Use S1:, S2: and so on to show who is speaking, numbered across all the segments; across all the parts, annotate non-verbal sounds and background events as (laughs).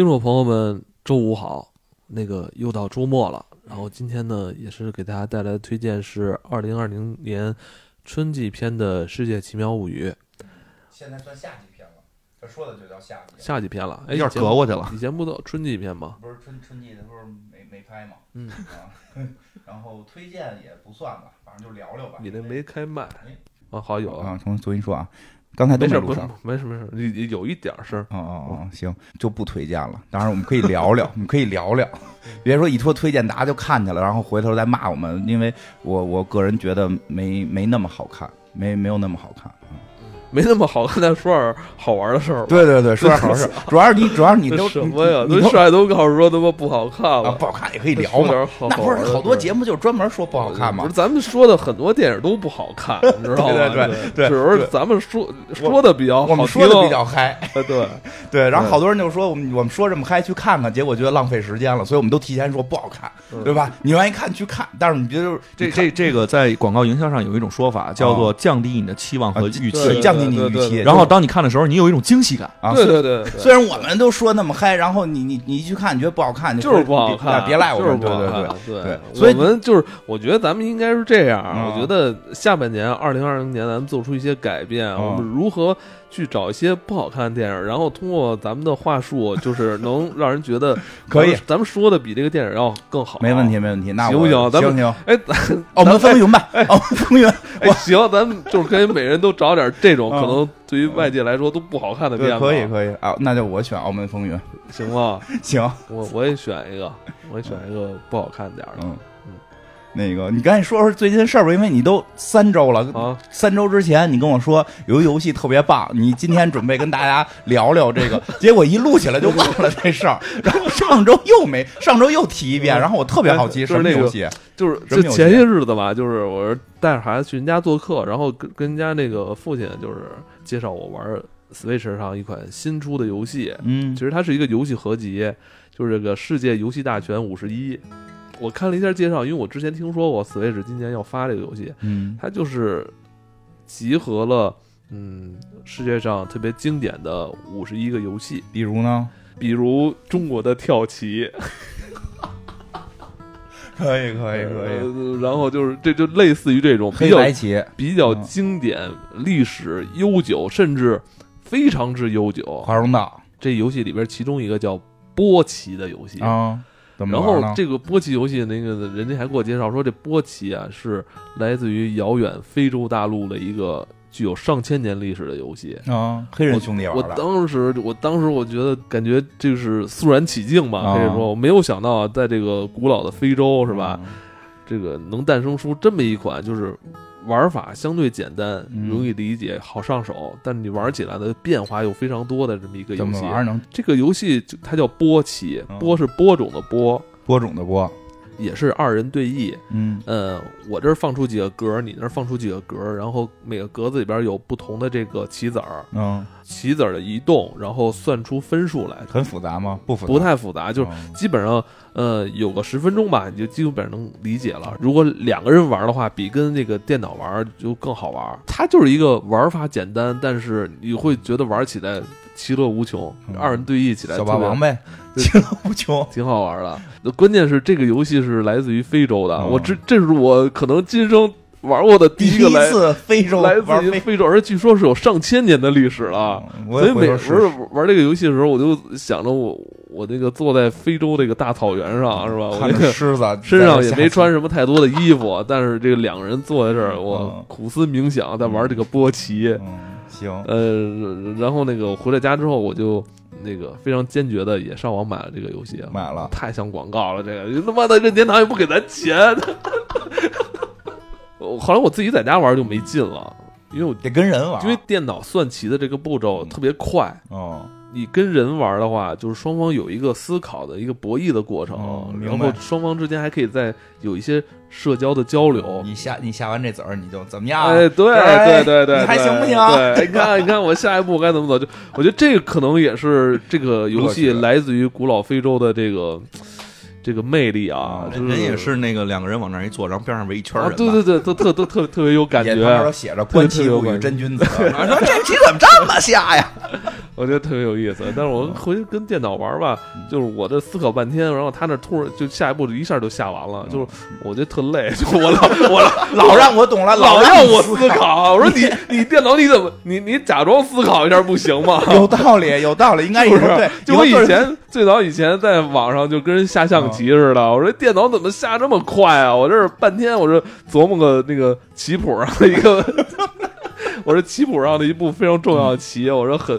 S1: 听众朋友们，周五好！那个又到周末了，然后今天呢，也是给大家带来的推荐是二零二零年春季篇的《世界奇妙物语》
S2: 现在算夏季片了，这说的就叫夏季片，
S1: 夏季篇了。哎，
S3: 有点
S1: 以前
S3: 隔过去了。
S1: 以前不都春季篇吗？
S2: 不是春春季，它不是没没拍嘛，
S1: 嗯
S2: 啊，然后推荐也不算吧，反正就聊聊吧。
S1: 你那没开麦
S2: 哎
S1: 啊？好有啊，
S2: 啊？重重新说啊，刚才都
S1: 没事，
S2: 录
S1: 不是
S2: 上。
S1: 没事没事，有有一点儿声儿。
S2: 哦哦哦，行，就不推荐了。当然，我们可以聊聊，我们可以聊聊，别说一说推荐，大家就看去了，然后回头再骂我们，因为我我个人觉得没没那么好看，没没有那么好看。
S1: 没那么好看，但说点儿好玩的事儿吧。
S2: 对对对，说点好事， (laughs) 主要是你主要是你都
S1: 这什么呀？
S2: 你
S1: 都
S2: 都
S1: 上来都告诉说他妈不好看
S2: 啊
S1: 了，
S2: 不好看也可以
S1: 那
S2: 聊
S1: 说点，儿好
S2: 嘛那不是
S1: 玩的
S2: 好多
S1: 事儿
S2: 节目就是专门说不好看吗
S1: 不是，？咱们说的很多电影都不好看，你知道吗？
S2: (laughs) 对对
S1: 对
S2: 对
S1: 只
S2: 对
S1: 是咱们说说的比较好
S2: 我们说的比较嗨，
S1: 听对，
S2: (laughs) 对，然后
S1: 对
S2: 好多人就说我们我们说这么嗨去看看，结果觉得浪费时间了，所以我们都提前说不好看，
S1: 嗯
S2: 对吧？你愿意看去看，但是你觉得就是
S3: 这
S2: 你看啊
S3: 这这个在广告营销上有一种说法，叫做降低你的期望和
S1: 对
S3: 预
S2: 对
S3: 期，
S2: 啊降低你
S1: 对
S2: 的
S1: 对
S2: 预期，
S1: 对
S3: 然后当你看的时候，你有一种惊喜感。
S2: 啊，
S1: 对
S2: 虽
S1: 对对对，
S2: 虽然我们都说那么嗨，然后你你你一去看，你觉得不好看，你
S1: 就是不
S2: 别
S1: 好看，
S2: 别赖我
S1: 就是
S2: 们，
S1: 不
S2: 对
S1: 好
S2: 对
S1: 看
S2: 对，
S1: 对
S2: 对所以
S1: 我们就是，我觉得咱们应该是这样。
S2: 嗯
S1: 我觉得下半年，二零二零年，咱们做出一些改变，
S2: 嗯
S1: 我们如何去找一些不好看的电影，然后通过咱们的话术，就是能让人觉得
S2: (laughs) 可
S1: 咱
S2: 以
S1: 们咱们说的比这个电影要更好，
S2: 没问题。没问题，那
S1: 行
S2: 我
S1: 不行咱们
S2: 行哦行，
S1: 哎，咱
S2: 澳门风云吧，哦澳门风云，
S1: (laughs) 哎，行，咱们就是可以每人都找点这种
S2: 嗯
S1: 可能对于外界来说都不好看的片子，
S2: 对，可以可以啊，那就我选澳门风云，
S1: 行吗？
S2: 行，
S1: 我我也选一个，我也选一个不好看点儿的
S2: 嗯。那个，你赶紧说说最近事儿吧，因为你都三周了，
S1: 啊。
S2: 三周之前，你跟我说有一游戏特别棒，你今天准备跟大家聊聊这个，结果一录起来就忘了这事儿，然后上周又没，上周又提一遍，然后我特别好奇
S1: 就是
S2: 什么
S1: 那个
S2: 游戏，
S1: 就是
S2: 什
S1: 就
S2: 么游戏
S1: 前些日子吧，就是我是带着孩子去人家做客，然后跟跟人家那个父亲就是介绍我玩 Switch 上一款新出的游戏，
S2: 嗯
S1: 其，实它是一个游戏合集，就是这个《世界游戏大全五十一》。我看了一下介绍，因为我之前听说过 Switch 今年要发这个游戏，
S2: 嗯
S1: 它就是集合了嗯世界上特别经典的五十一个游戏，
S2: 比如呢？
S1: 比如中国的跳棋，
S2: 可以，可以，可以，
S1: 呃然后就是这就类似于这种比
S2: 黑
S1: 较
S2: 白棋，嗯
S1: 比较经典、历史悠久，甚至非常之悠久。
S2: 华容道
S1: 这游戏里边其中一个叫波棋的游戏。
S2: 啊，怎么
S1: 然
S2: 玩
S1: 后
S2: 呢？
S1: 这个波棋游戏，那个人家还给我介绍说，这波棋啊是来自于遥远非洲大陆的一个具有上千年历史的游戏。
S2: 啊，黑人兄弟
S1: 我
S2: 玩的，
S1: 当时，我当时我觉得感觉就是肃然起敬吧，
S2: 啊
S1: 可以说，我没有想到啊，在这个古老的非洲是吧，
S2: 嗯？
S1: 这个能诞生出这么一款，就是玩法相对简单、
S2: 嗯
S1: 容易理解、好上手，但你玩起来的变化又非常多的这么一个
S2: 怎
S1: 游
S2: 么
S1: 戏。
S2: 玩能
S1: 这个游戏就它叫波棋
S2: 嗯，
S1: 波是播种的播，
S2: 播种的播？
S1: 也是二人对弈。
S2: 嗯
S1: 呃，我这儿放出几个格儿，你那儿放出几个格儿，然后每个格子里边有不同的这个棋子儿，
S2: 嗯，
S1: 棋子儿的移动，然后算出分数来，
S2: 很复杂吗？不复杂，
S1: 不太复杂，就是
S2: 哦
S1: 基本上，呃，有个十分钟吧，你就基本上能理解了。如果两个人玩的话，比跟这个电脑玩就更好玩。它就是一个玩法简单，但是你会觉得玩起来其乐无穷，
S2: 嗯
S1: 二人对弈起来
S2: 小霸王
S1: 呗，
S2: 呗， (laughs)
S1: 对
S2: 其乐无穷。
S1: 挺好玩的。那关键是这个游戏是来自于非洲的，
S2: 嗯
S1: 我这这是我可能今生玩过的 (laughs) 第
S2: 第
S1: 一个来
S2: 次非洲
S1: 来
S2: 玩
S1: 自于
S2: 非
S1: 非洲，而且据说是有上千年的历史了。，
S2: 我
S1: 所以
S2: 也
S1: 每
S2: 回头
S1: 不
S2: 试试
S1: 是玩这个游戏的时候，我就想着我我那个坐在非洲这个大草原上是吧？我
S2: 嗯看
S1: 那
S2: 着
S1: 个
S2: 狮子，
S1: (laughs) 身上也没穿什么太多的衣服，但是这个两个人坐在这儿，我
S2: 嗯
S1: 苦思冥想，在玩这个波棋。
S2: 嗯，行，嗯
S1: 呃，然后那个我回到家之后，我就那个非常坚决的也上网买了这个游戏，啊
S2: 买了
S1: 太像广告了，这个他妈的任天堂也不给咱钱。 (laughs) 我后来我自己在家玩就没劲了，因为我
S2: 得跟人玩，
S1: 因为电脑算棋的这个步
S2: 嗯
S1: 骤特别快，
S2: 哦，
S1: 你跟人玩的话，就是双方有一个思考的一个博弈的过程，
S2: 哦明
S1: 然
S2: 白
S1: 后双方之间还可以再有一些社交的交流。
S2: 你下你下完这子儿，你就怎么样？
S1: 哦哎，对
S2: 哎
S1: 对对对，
S2: 你还
S1: 对
S2: 行不行啊
S1: 对，哎你看，你看我下一步该怎么走？就我觉得这个可能也是这个游戏
S2: 乐趣
S1: 来自于古老非洲的这个这个魅力啊，
S2: 嗯
S1: 就是
S3: 人也是那个两个人往那儿一坐，然后边上围一圈
S1: 啊，
S3: 人。
S1: 对对，对，都特都特特
S2: (laughs)
S1: 别有感
S2: 也
S1: 觉。 (laughs)
S2: 旁边都写着“观棋不语真君子”，说这棋怎么这么下呀？
S1: 我觉得特别有意思。但是我回去跟电脑玩吧，就是我这思考半天，然后他那突然就下一步就一下就下完了，就是我觉得特累， (laughs) 就我老我老
S2: 老让我懂了，
S1: 老
S2: 让
S1: 让
S2: 你
S1: 我思考，我说你 (laughs) 你电脑你怎么你你假装思考一下不行 (laughs) 吗？
S2: 有道理，有道理，应该也
S1: 是不是
S2: 对。
S1: 就我以前最早以前在网上就跟人下象棋似的，我说电脑怎么下这么快啊？我这是半天，我这琢磨个那个棋谱上的一个， (laughs) 我说棋谱上的一步非常重要的棋，我说很。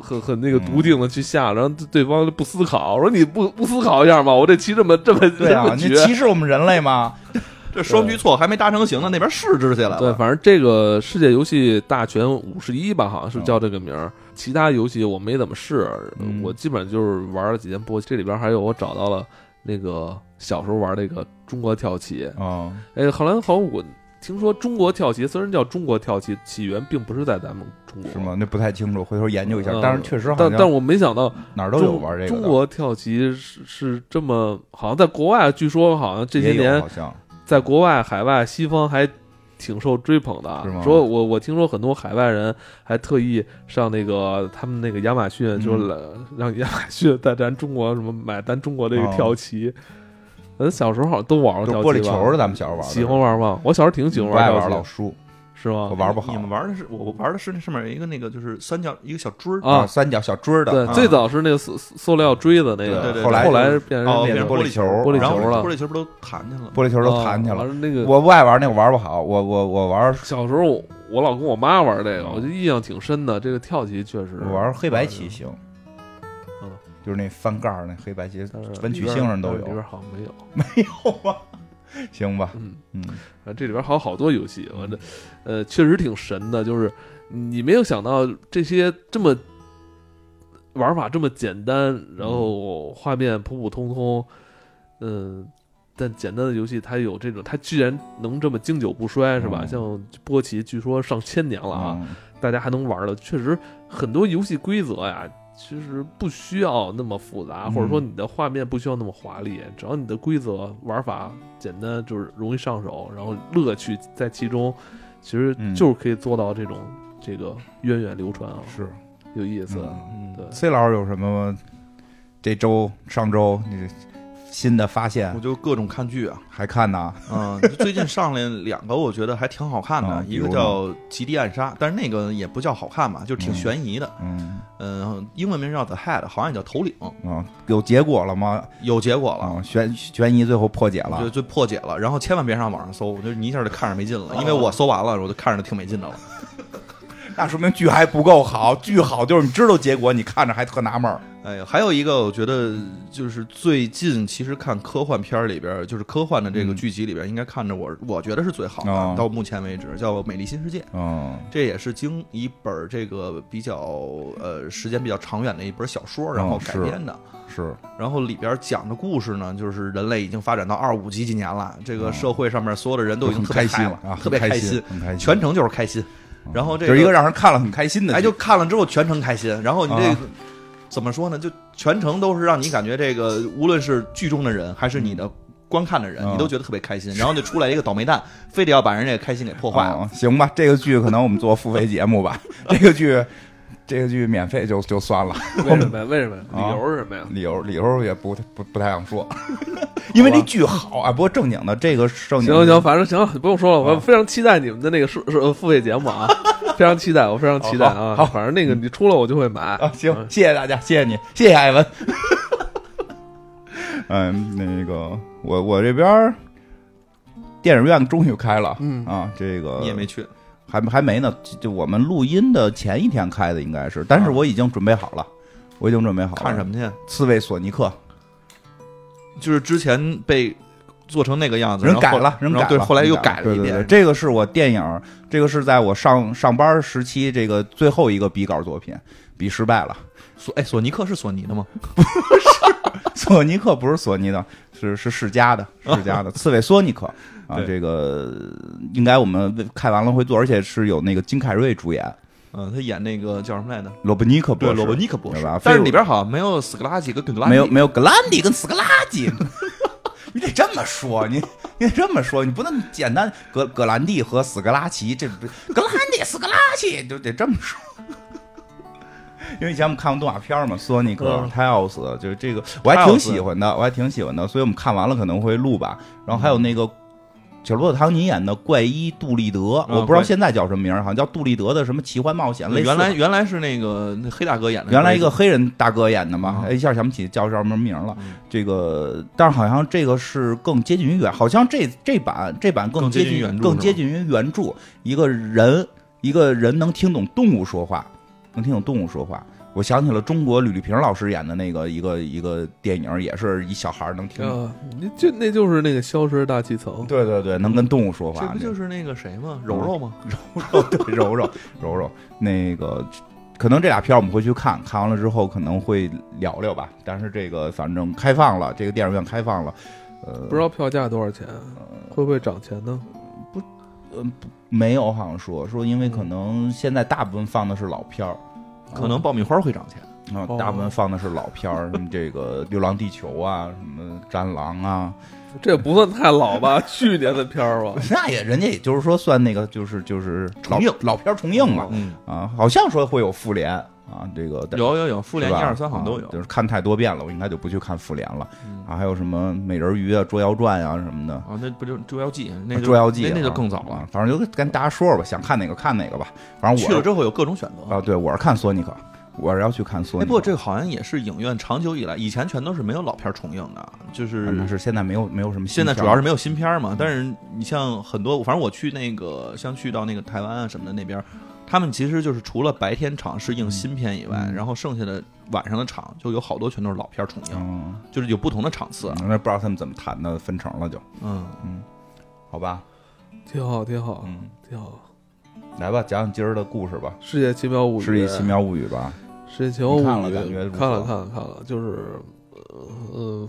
S1: 很很那个笃定的去下，然后对方就不思考。我说你不不思考一下吗？我这棋这么这么
S2: 对
S1: 这
S2: 啊
S1: 么，
S2: 你
S1: 绝，
S2: 歧视我们人类吗？
S3: 这双局错还没达成型呢，那边试制去了。
S1: 对，，反正这个世界游戏大全五十一吧，好像是叫这个名儿。其他游戏我没怎么试，
S2: 嗯
S1: 我基本上就是玩了几天。不过这里边还有我找到了那个小时候玩那个中国跳棋。
S2: 哦，
S1: 哎，后来好像我听说中国跳棋虽然叫中国跳棋，起源并不是在咱们中国，
S2: 是？吗？那不太清楚，回头研究一下
S1: 嗯。
S2: 但是确实好
S1: 但但
S2: 像
S1: 我没想到
S2: 哪儿都
S1: 中
S2: 有玩这个的，
S1: 中国跳棋是是这么，好像在国外，据说好像这些
S2: 也有
S1: 年
S2: 好像
S1: 在国外、海外、西方还挺受追捧的啊
S2: 是吗。
S1: 说我我听说很多海外人还特意上那个他们那个亚马逊，
S2: 嗯
S1: 就是来让亚马逊在咱中国什么买咱中国这个
S2: 哦
S1: 跳棋。咱小时候好像都玩过
S2: 就
S1: 跳
S2: 玻璃
S1: 棋吧？
S2: 球的，咱们小时候玩的。
S1: 喜欢玩吗？我小时候挺喜欢
S2: 不爱
S1: 玩啊
S2: 玩
S1: 跳
S2: 老
S1: 棋，
S2: 输，
S1: 是
S2: 我
S1: 吗？
S2: 玩不好
S3: 你。们玩的是我我玩的是那上面有一个那个就是三角一个小锥儿
S1: 啊
S2: 三角小锥儿的，
S1: 对，
S2: 啊
S1: 最早是那个塑塑料锥子那个，
S3: 对对对
S1: 后
S2: 后来
S1: 来变成
S3: 哦
S1: 那个
S2: 变成
S3: 变成
S2: 玻
S3: 玻璃
S2: 球，
S1: 玻璃
S3: 然
S2: 然
S3: 后
S2: 后
S1: 球了
S3: 玻璃球不都弹去了吗？
S2: 玻璃球都弹去
S1: 哦
S2: 了。
S1: 完了那个
S2: 我不爱玩那个，玩不好。我我我玩
S1: 小时候我我老跟我妈玩这个，我就印象挺深的。这个跳棋确实
S2: 哦我玩黑白棋行
S1: 嗯，
S2: 就是那翻盖儿那黑白棋， (laughs)
S1: 但是
S2: 文曲星上都
S1: 里边
S2: 有，
S1: 好像没有。
S2: 有吧？行吧，
S1: 嗯，
S2: 嗯，
S1: 啊，这里边还有好多游戏，我这呃确实挺神的，就是你没有想到这些这么玩法这么简单，然后画面普普通通，嗯、但简单的游戏它有这种，它居然能这么经久不衰，是吧？
S2: 嗯
S1: 像波奇据说上千年了啊，
S2: 嗯
S1: 大家还能玩的，确实很多游戏规则呀。其实不需要那么复杂，
S2: 嗯
S1: 或者说你的画面不需要那么华丽，嗯只要你的规则玩法简单，就是容易上手，然后乐趣在其中，其实
S2: 嗯
S1: 就是可以做到这种、这个源远流传啊，
S2: 是。
S1: 有意思。啊
S2: 嗯
S3: 嗯
S1: 对，
S2: (laughs) C 老师有什么？这周、上周你新的发现
S3: 我就各种看剧啊，
S2: 还看呢？
S3: 嗯，最近上来两个，我觉得还挺好看
S2: 啊
S3: 的，一个
S2: 比如呢
S3: 叫《极地暗杀》，但是那个也不叫好看吧，就挺
S2: 嗯
S3: 悬疑的。
S2: 嗯
S3: 嗯，英文名叫《The Head》，好像也叫头领，
S2: 啊，有结果了吗？
S3: 有结果了。
S2: 啊，悬悬疑最后破解
S3: 就
S2: 嗯了。
S3: 就破解了，然后千万别上网上搜，就是你一下就看着没劲了，
S2: 嗯
S3: 因为我搜完了，我就看着挺没劲的了。
S2: (laughs) 那说明剧还不够好，剧好就是你知道结果，你看着还特纳闷儿。
S3: 哎呀，还有一个，我觉得就是最近其实看科幻片儿里边儿，就是科幻的这个
S2: 嗯
S3: 剧集里边儿，应该看着我我觉得是最好的，
S2: 哦
S3: 到目前为止叫《美丽新世界》，
S2: 嗯
S3: 这也是经一本儿这个比较呃时间比较长远的一本小说，然后
S2: 哦
S3: 改
S2: 是
S3: 编的。
S2: 是，
S3: 然后里边讲的故事呢，就是人类已经发展到二五几几年了，这个
S2: 哦
S3: 社会上面所有的人都已
S2: 很
S3: 经特别
S2: 开心
S3: 嗨了，
S2: 啊，
S3: 特别
S2: 很
S3: 开
S2: 开
S3: 心，，
S2: 很开心。
S3: 全程就是开心。然后这
S2: 嗯就是一个让人看了很开心的剧，
S3: 哎，就看了之后全程开心。然后你这个、
S2: 啊
S3: 怎么说呢？就全程都是让你感觉这个，无论是剧中的人还是你的观看的人，
S2: 嗯
S3: 你都觉得特别开心。然后就出来一个倒霉蛋，非得要把人家开心给破坏了。
S2: 哦行吧，这个剧可能我们做付费节目吧，这个剧，这个剧免费就就算了，
S1: 为什么呀？为什么呀？
S2: 啊
S1: 理由是什么呀？
S2: 理由理由也不不不太想说， (laughs) 因为这剧好啊。不过正经的，这个正经
S1: 行行
S2: 的
S1: 行，反正行了，不用说了，
S2: 啊
S1: 我非常期待你们的那个是是呃付费节目啊，非常期待，我非常期待啊。
S2: 好好
S1: 反正那个你出了我就会买。
S2: (laughs) 啊，行，谢谢大家，谢谢你，谢谢艾文。 (laughs) 嗯，那个我我这边儿电影院终于开了，
S1: 嗯
S2: 啊，这个
S3: 你也没去，
S2: 还还没呢，就就我们录音的前一天开的应该是，但是我已经准备好了，我已经准备好啊了。
S3: 啊看什？么去？
S2: 刺猬索尼克，
S3: 就是之前被做成那个样子，
S2: 人
S3: 然后
S2: 改
S3: 后
S2: 了，人
S3: 然
S2: 改了，
S3: 后对，后来又改了
S2: 对
S3: 一
S2: 对对
S3: 遍。
S2: 这个是我电影，这个是在我上上班时期这个最后一个笔稿作品，笔失败了。
S3: 索哎，索尼克是索尼的吗？
S2: 索尼克不是索尼的，是是世嘉的，世嘉的刺猬索
S3: (laughs)
S2: 尼克啊，
S3: 对
S2: 这个应该我们看完了会做，而且是有那个金凯瑞主演，
S3: 嗯，他演那个叫什么来着？
S2: 罗伯尼克博
S3: 对，
S2: 士，
S3: 罗伯尼克博
S2: 对
S3: 士
S2: 吧。
S3: 但是
S2: 非
S3: 里边好像没有斯格拉几跟肯格拉
S2: 没有
S3: 蒂
S2: 没有格兰迪跟斯格拉基， (laughs) 你得这么说，你你得这么说，你不能简单格格兰蒂和斯格拉奇，这不格兰迪斯格拉奇就得这么说。 (laughs) 因为以前我们看过动画片嘛，《索尼克
S1: 嗯》
S2: 《Tails》，就是这个我还
S3: Tails
S2: 挺喜欢的，我还挺喜欢的，所以我们看完了可能会录吧。然后还有那
S3: 嗯
S2: 个小罗伯特·唐尼演的怪医杜立德，我不知道
S3: 啊怪
S2: 现在叫什么名儿，好像叫杜立德的什么奇幻冒险，类似
S3: 原来原来是那个那黑大哥演的，
S2: 原来一个黑人大哥演的嘛，
S3: 嗯
S2: 哎一下想不起叫什么名了
S3: 嗯。
S2: 这个，但是好像这个是更接近于原，好像这这版这版更
S3: 更
S2: 接
S3: 接
S2: 近
S3: 近原著
S2: 更
S3: 是吗
S2: 接近于原著。一个人一个人能听懂动物说话，能听懂动物说话。我想起了中国吕丽萍老师演的那个一个一个电影，也是一小孩儿能听
S3: 哦
S2: 懂，
S1: 啊，你就那就是那个消失的大气层，
S2: 对对对，能跟动物说
S3: 这
S2: 话
S3: 不，就是那个谁吗？
S2: 嗯
S3: 柔柔吗？
S2: 柔 (laughs) 对柔柔柔柔那个。可能这俩片儿我们会去看看完了之后可能会聊聊吧，但是这个反正开放了，这个电影院开放了，呃，
S1: 不知道票价多少钱，会不会涨钱呢？
S2: 没有好像说说，
S3: 嗯
S2: 因为可能现在大部分放的是老片儿，
S3: 可能爆米花会涨钱。
S2: 啊、
S1: 哦
S2: 大部分放的是老片儿，什么这个《流浪地球》啊，什么《战狼》啊，
S1: 这也不算太老吧，去年的片儿吧。
S2: 那也人家也就是说算那个就是就是老
S3: 哦重映
S2: 老片儿重映嘛，
S3: 嗯，
S2: 啊，好像说会有复联啊，这个但
S3: 有有有，复联一
S2: 是吧
S3: 二三好像都
S2: 啊
S3: 有
S2: 就。是看太多遍了，我应该就不去看复联了
S3: 嗯
S2: 啊，还有什么美人鱼啊、捉妖传啊什么的。
S3: 啊，那不就《捉妖记》那就
S2: 捉妖记啊
S3: 那那就更早了。
S2: 啊，反正就跟大家说说吧，想看哪个看哪个吧。反正我
S3: 去了之后有各种选择。
S2: 嗯啊，对嗯我是看索尼克，我是要去看索尼
S3: 哎，
S2: 克。
S3: 不过这个好像也是影院长久以来，以前全都是没有老片儿重映的，就
S2: 啊那
S3: 是
S2: 是现在没有没有什么新
S3: 现
S2: 片儿，嗯
S3: 在主要是没有新片儿嘛。但是你像很多，反正我去那个像去到那个台湾啊什么的那边儿，他们其实就是除了白天场是映新片以外
S2: 嗯，
S3: 然后剩下的晚上的场就有好多全都是老片儿重映，
S2: 嗯，
S3: 就是有不同的场次。
S2: 那不知道他们怎么谈的分成了就，
S3: 嗯，
S2: 好吧，
S1: (laughs) 挺好，挺好，
S2: 嗯，
S1: 挺好。
S2: 来吧，讲讲今儿的故事吧，
S1: 《世界奇妙物语》，
S2: 《世界奇妙物语》吧，
S1: 世界奇妙物语，
S2: 你看了感觉如何
S1: 看了看了看了，就是，呃，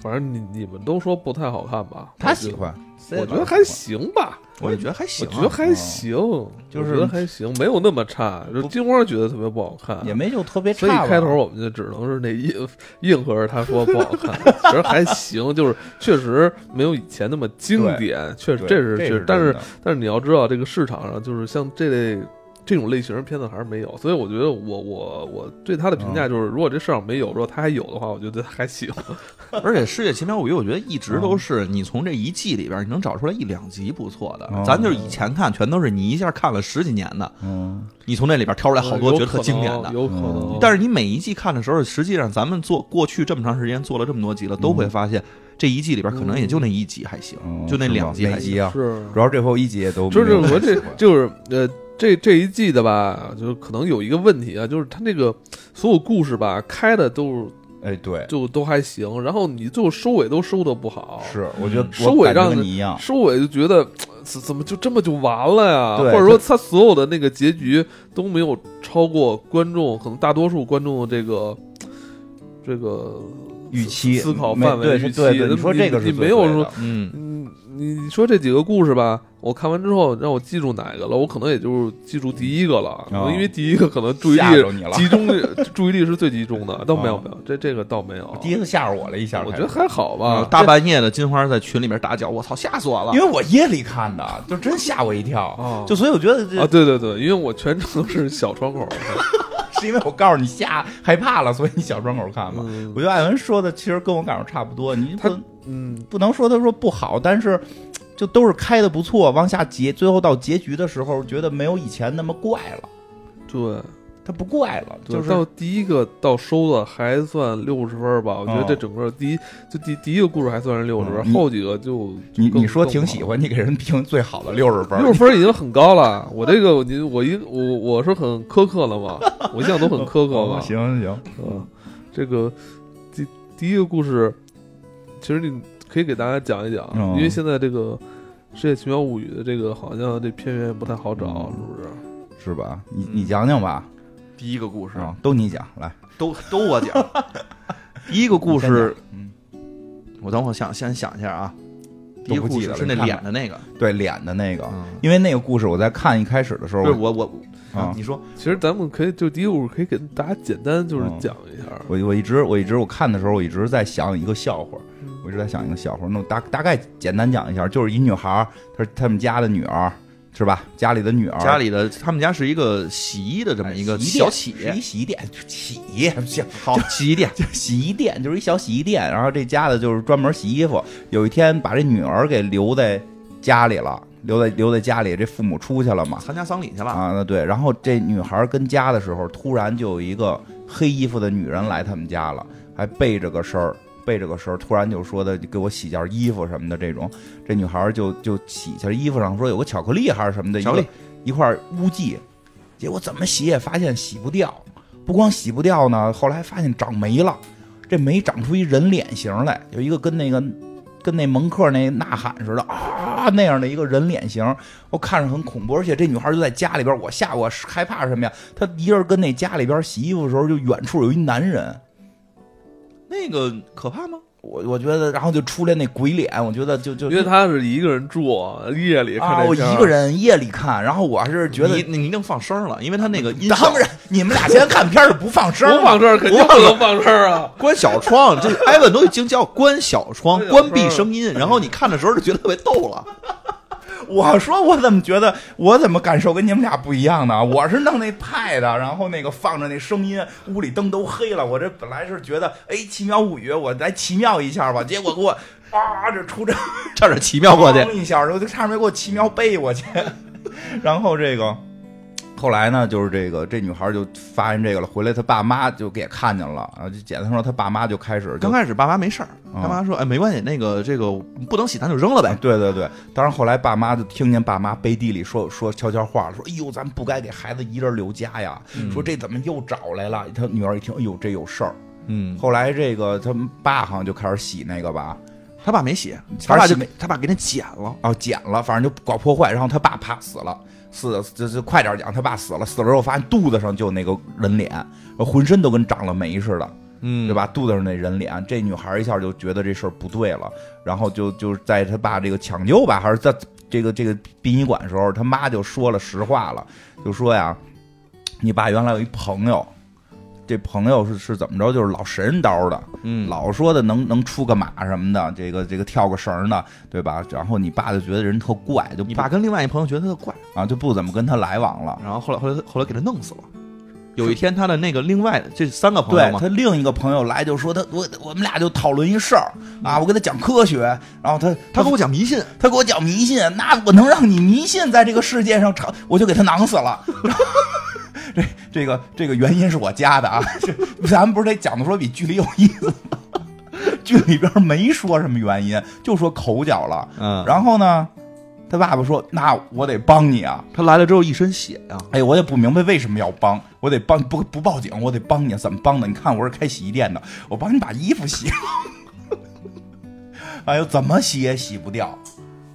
S1: 反正你你们都说不太好看吧？
S2: 他喜，欢，
S1: 我觉得还行吧，
S3: 我也觉得还行
S1: 我
S3: 啊。
S1: 觉得还行，
S2: 嗯就是
S1: 我觉得还行，没有那么差。就金花觉得特别不好看，
S2: 也没就特别差
S1: 所以
S2: 吧。
S1: 开头我们就只能是那硬硬核，他说不好看， (laughs) 其实还行，就是确实没有以前那么经典，确实
S2: 对
S1: 这是确
S2: 这
S1: 实，但是但是你要知道，这个市场上就是像这类这种类型的片子还是没有，所以我觉得我我我对他的评
S2: 嗯
S1: 价就是，如果这市场没有，如果他还有的话，我觉得还行。
S3: (laughs) 而且《世界奇妙物语》，我觉得一直都是你从这一季里边，你能找出来一两集不错的
S2: 嗯。
S3: 咱就是以前看，全都是你一下看了十几年的，
S2: 嗯，
S3: 你从这里边挑出来好多觉得特经典的。
S1: 呃
S3: 嗯
S1: 有可能，有可能
S3: 但是你每一季看的时候，实际上咱们做过去这么长时间做了这么多集了，都会发现这一季里边可能也就那一集还行，
S2: 嗯
S3: 就那
S2: 是吧
S3: 两集
S2: 哪
S3: 还行。
S2: 集啊，
S1: 是
S2: 主要这后一集也都
S1: 就是
S2: 没有
S1: 我这
S2: 喜欢
S1: 就是呃，这这一季的吧，就是可能有一个问题啊，就是他那个所有故事吧开的都
S2: 哎对，
S1: 就都还行，然后你最后收尾都收的不好，
S2: 是我觉得
S1: 嗯收
S2: 我
S1: 尾
S2: 感觉
S1: 让
S2: 跟
S1: 人
S2: 你一样，
S1: 收尾就觉得呃怎怎么就这么就完了呀？
S2: 对
S1: 或者说他所有的那个结局都没有超过观众，可能大多数观众的这个这个
S2: 预期
S1: 思考
S2: 没
S1: 范围
S2: 对
S1: 预期，
S2: 对对，你说这个是
S1: 你
S2: 最
S1: 没有
S2: 对
S1: 说
S2: 的
S3: 嗯，
S1: 嗯，你说这几个故事吧，我看完之后让我记住哪个了，我可能也就是记住第一个了，可能因为第一个可能注意
S2: 哦吓
S1: 力
S2: 着你了，
S1: 集中，注意力是最集中的，倒没有
S2: 啊
S1: 没有，这这个倒没有，
S2: 第一个吓着我了嗯一下，
S1: 我觉
S2: 开
S1: 得
S2: 始
S1: 还好吧，
S3: 大半夜的金花在群里边打脚，我操，吓死我了
S2: 因！为我夜里看的，就真吓我一跳，
S1: 啊
S2: 就所以我觉得这
S1: 啊，对对对，因为我全程都是小窗口，
S2: 是因为我告诉你吓害怕了，所以你小窗口看嘛。
S1: 嗯
S2: 我觉得艾文说的其实跟我感受差不多，你
S1: 他
S2: 不
S1: 嗯，
S2: 不能说他说不好，但是就都是开的不错，往下结，最后到结局的时候，觉得没有以前那么怪了，
S1: 对，
S2: 他不怪了，
S1: 对
S2: 就是
S1: 到第一个到收的还算六十分吧，我觉得
S2: 哦
S1: 这整个第一就第第一个故事还算是六十
S2: 嗯
S1: 分，
S2: 你
S1: 后几个就就
S2: 你
S1: 更
S2: 你说
S1: 更
S2: 挺
S1: 好
S2: 喜欢，你给人评最好的六十分，
S1: 六分已经很高
S2: (laughs)
S1: 了，我这个你我一我我是很苛刻了嘛，我一向都很苛刻
S2: 哦
S1: 嘛。
S2: 行行行，
S1: 嗯，这个第第一个故事，其实你可以给大家讲一讲，
S2: 嗯
S1: 因为现在这个《世界奇妙物语》的这个好像这片源也不太好找，是不是？
S2: 是吧？你你讲讲吧，
S3: 第一个故事
S2: 啊，都你讲来，
S3: 都都我讲， (laughs) 第一个故事，
S2: 嗯，
S3: 我等会儿想先想一下啊。第一个
S2: 都不
S3: 故
S2: 记得
S3: 事
S2: 了
S3: 是那
S2: 你看吧
S3: 脸的那个，
S2: 对脸的那个，
S3: 嗯，
S2: 因为那个故事我在看一开始的时候，
S3: 不是我我，
S2: 啊
S3: 啊你说
S1: 其实咱们可以就第一个故事可以给大家简单就是
S2: 嗯
S1: 讲一下，
S2: 我我一直我一直我看的时候，我一直在想一个笑话
S1: 嗯，
S2: 我一直在想一个笑话。那我大大概简单讲一下，就是一女孩儿，她是他们家的女儿，是吧？家里的女儿，哎
S3: 家里的他们家是一个洗衣的这么一个
S2: 洗衣
S3: 小
S2: 店
S3: 企
S2: 是
S3: 业哦
S2: 一，洗衣店，洗洗
S3: 好
S2: 洗衣店，洗衣店就是一小洗衣店。然后这家的就是专门洗衣服。有一天把这女儿给留在家里了，留在留在家里，这父母出去了嘛，
S3: 参加丧礼去了。
S2: 啊，那对。然后这女孩跟家的时候，突然就有一个黑衣服的女人来他们家了，还背着个身儿，背着个身儿，突然就说的给我洗件衣服什么的这种。这女孩就就洗下衣服上说有个巧克力还是什么的，一
S3: 巧克
S2: 个
S3: 力
S2: 一块污迹，结果怎么洗也发现洗不掉，不光洗不掉呢，后来还发现长霉了。这霉长出一人脸型来，有一个跟那个跟那蒙克那呐喊似的啊那样的一个人脸型，我看着很恐怖。而且这女孩就在家里边，我吓我害怕什么呀？她一人跟那家里边洗衣服的时候，就远处有一男人，
S3: 那个可怕吗？
S2: 我我觉得，然后就出来那鬼脸，我觉得就就
S1: 因为他是一个人住，夜里看
S2: 啊，
S1: 这
S2: 我
S1: 片儿
S2: 一个，人夜里看，然后我是觉得
S3: 你你一定放声了，因为他那个音
S2: 当然，你们俩现在看片儿不放声儿啊
S1: 不
S2: 吗，
S1: 放这儿肯定不能放这儿啊！
S3: 关小窗，这艾文都已经叫关小窗，
S1: 关小
S3: 关
S1: 窗
S3: 闭声音，然后你看的时候就觉得特别逗了。
S2: 我说我怎么觉得我怎么感受跟你们俩不一样呢？我是弄那派的，然后那个放着那声音，屋里灯都黑了。我这本来是觉得，哎，奇妙物语，我来奇妙一下吧。结果给我啊，这出这
S3: 差点奇妙过去，
S2: 咣一下，我就差点没给我奇妙背过去。 (laughs) 然后这个后来呢，就是这个这女孩就发现这个了，回来她爸妈就给看见了啊，就简单说她爸妈就开始就
S3: 刚开始爸妈没事儿，
S2: 嗯
S3: 他妈说：“哎，没关系，那个这个不能洗，咱就扔了呗。
S2: 对对对，当然后来爸妈就听见爸妈背地里说说悄悄话了，说哎呦，咱不该给孩子一人留家呀，说这怎么又找来了？他女儿一听，哎呦，这有事儿。”
S3: 嗯，
S2: 后来这个他们爸好像就开始洗那个吧，
S3: 他爸没洗，他
S2: 反正
S3: 爸就
S2: 洗没
S3: 他爸给他剪了。
S2: 哦，捡了，反正就搞破坏，然后他爸啪死了，死这这快点讲，他爸死了，死了之后发现肚子上就有那个人脸，浑身都跟长了霉似的。
S3: 嗯
S2: 对吧？肚子上那人脸，这女孩一下就觉得这事儿不对了，然后就就是在她爸这个抢救吧，还是在这个这个殡仪馆的时候，他妈就说了实话了，就说呀，你爸原来有一朋友，这朋友是是怎么着，就是老神叨的，
S3: 嗯，
S2: 老说的能能出个马什么的，这个这个跳个绳的，对吧？然后你爸就觉得人特怪，就不
S3: 你爸跟另外一朋友觉得他怪，
S2: 啊就不怎么跟他来往了。
S3: 然后后来后来后来给他弄死了。有一天，他的那个另外这三个朋
S2: 对
S3: 友嘛，
S2: 他另一个朋友来就说他我我们俩就讨论一事儿啊，我给他讲科学，然后他
S3: 嗯他跟我讲迷信，
S2: 他给我讲迷信，那我能让你迷信在这个世界上长，我就给他囊死了。 (laughs) 这这个这个原因是我加的啊， (laughs) 这咱们不是得讲的说比剧里有意思吗？ (laughs) 剧里边没说什么原因，就说口角了。
S3: 嗯然
S2: 然
S3: 后
S2: 后呢，他爸爸说：“那我得帮你啊！
S3: 他来了之后一身血啊呀，
S2: 哎，我也不明白为什么要帮，我得帮不不报警，我得帮你，怎么帮的？你看我是开洗衣店的，我帮你把衣服洗了。 (laughs) 哎呦，怎么洗也洗不掉，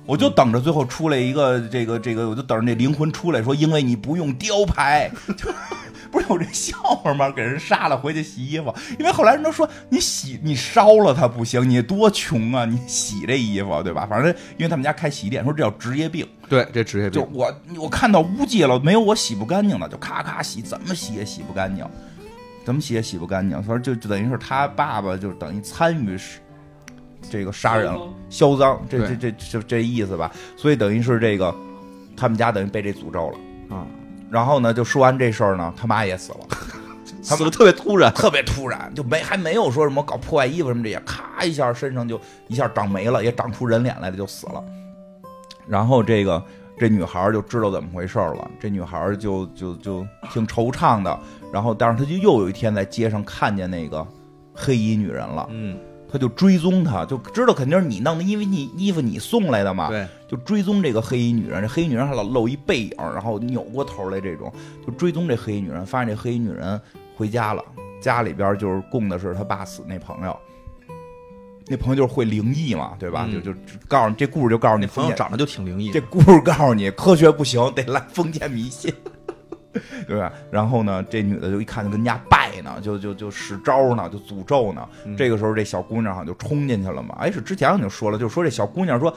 S2: 我就等着最后出来一个这个这个，我就等着那灵魂出来说，因为你不用雕牌， (laughs) 就不是有这笑话吗？给人杀了回去洗衣服，因为后来人都说你洗你烧了它不行，你多穷啊，你洗这衣服对吧？反正因为他们家开洗衣店，说这叫职业病。
S3: 对，这职业
S2: 就
S3: 病
S2: 是。我我看到污迹了，没有我洗不干净的，就咔咔洗，怎么洗也洗不干净，怎么洗也洗不干净。反正就就等于是他爸爸就等于参与是这个杀人了，销赃，这这这这这意思吧。所以等于是这个他们家等于被这诅咒了。
S3: 啊，
S2: 然后呢，就说完这事儿呢，他妈也死
S3: (laughs)
S2: 了。
S3: 死的特别突然，
S2: 特别突然，就没还没有说什么搞破坏衣服什么这些，咔一下身上就一下长没了，也长出人脸来了，就死了。然后这个这女孩就知道怎么回事了，这女孩就就就挺惆怅的。然后，但是她就又有一天在街上看见那个黑衣女人了，
S3: 嗯，
S2: 她就追踪她，就知道肯定是你弄的，因为你衣服你送来的嘛。
S3: 对，
S2: 就追踪这个黑衣女人，这黑衣女人还老露一背影，然后扭过头来这种，就追踪这黑衣女人，发现这黑衣女人回家了，家里边就是供的是他爸死那朋友，那朋友就是会灵异嘛，对吧？
S3: 嗯
S2: 就就就告诉你这故事就告诉你
S3: 那朋
S2: 封
S3: 友
S2: 建
S3: 长得就挺灵异
S2: 这
S3: 的，
S2: 故事告诉你科学不行，得来封建迷信。 (laughs) 对吧？然后呢，这女的就一看就跟人家拜呢，就就就使招呢，就诅咒呢。
S3: 嗯
S2: 这个时候，这小姑娘好像就冲进去了嘛。哎，是之前我就说了，就说这小姑娘说，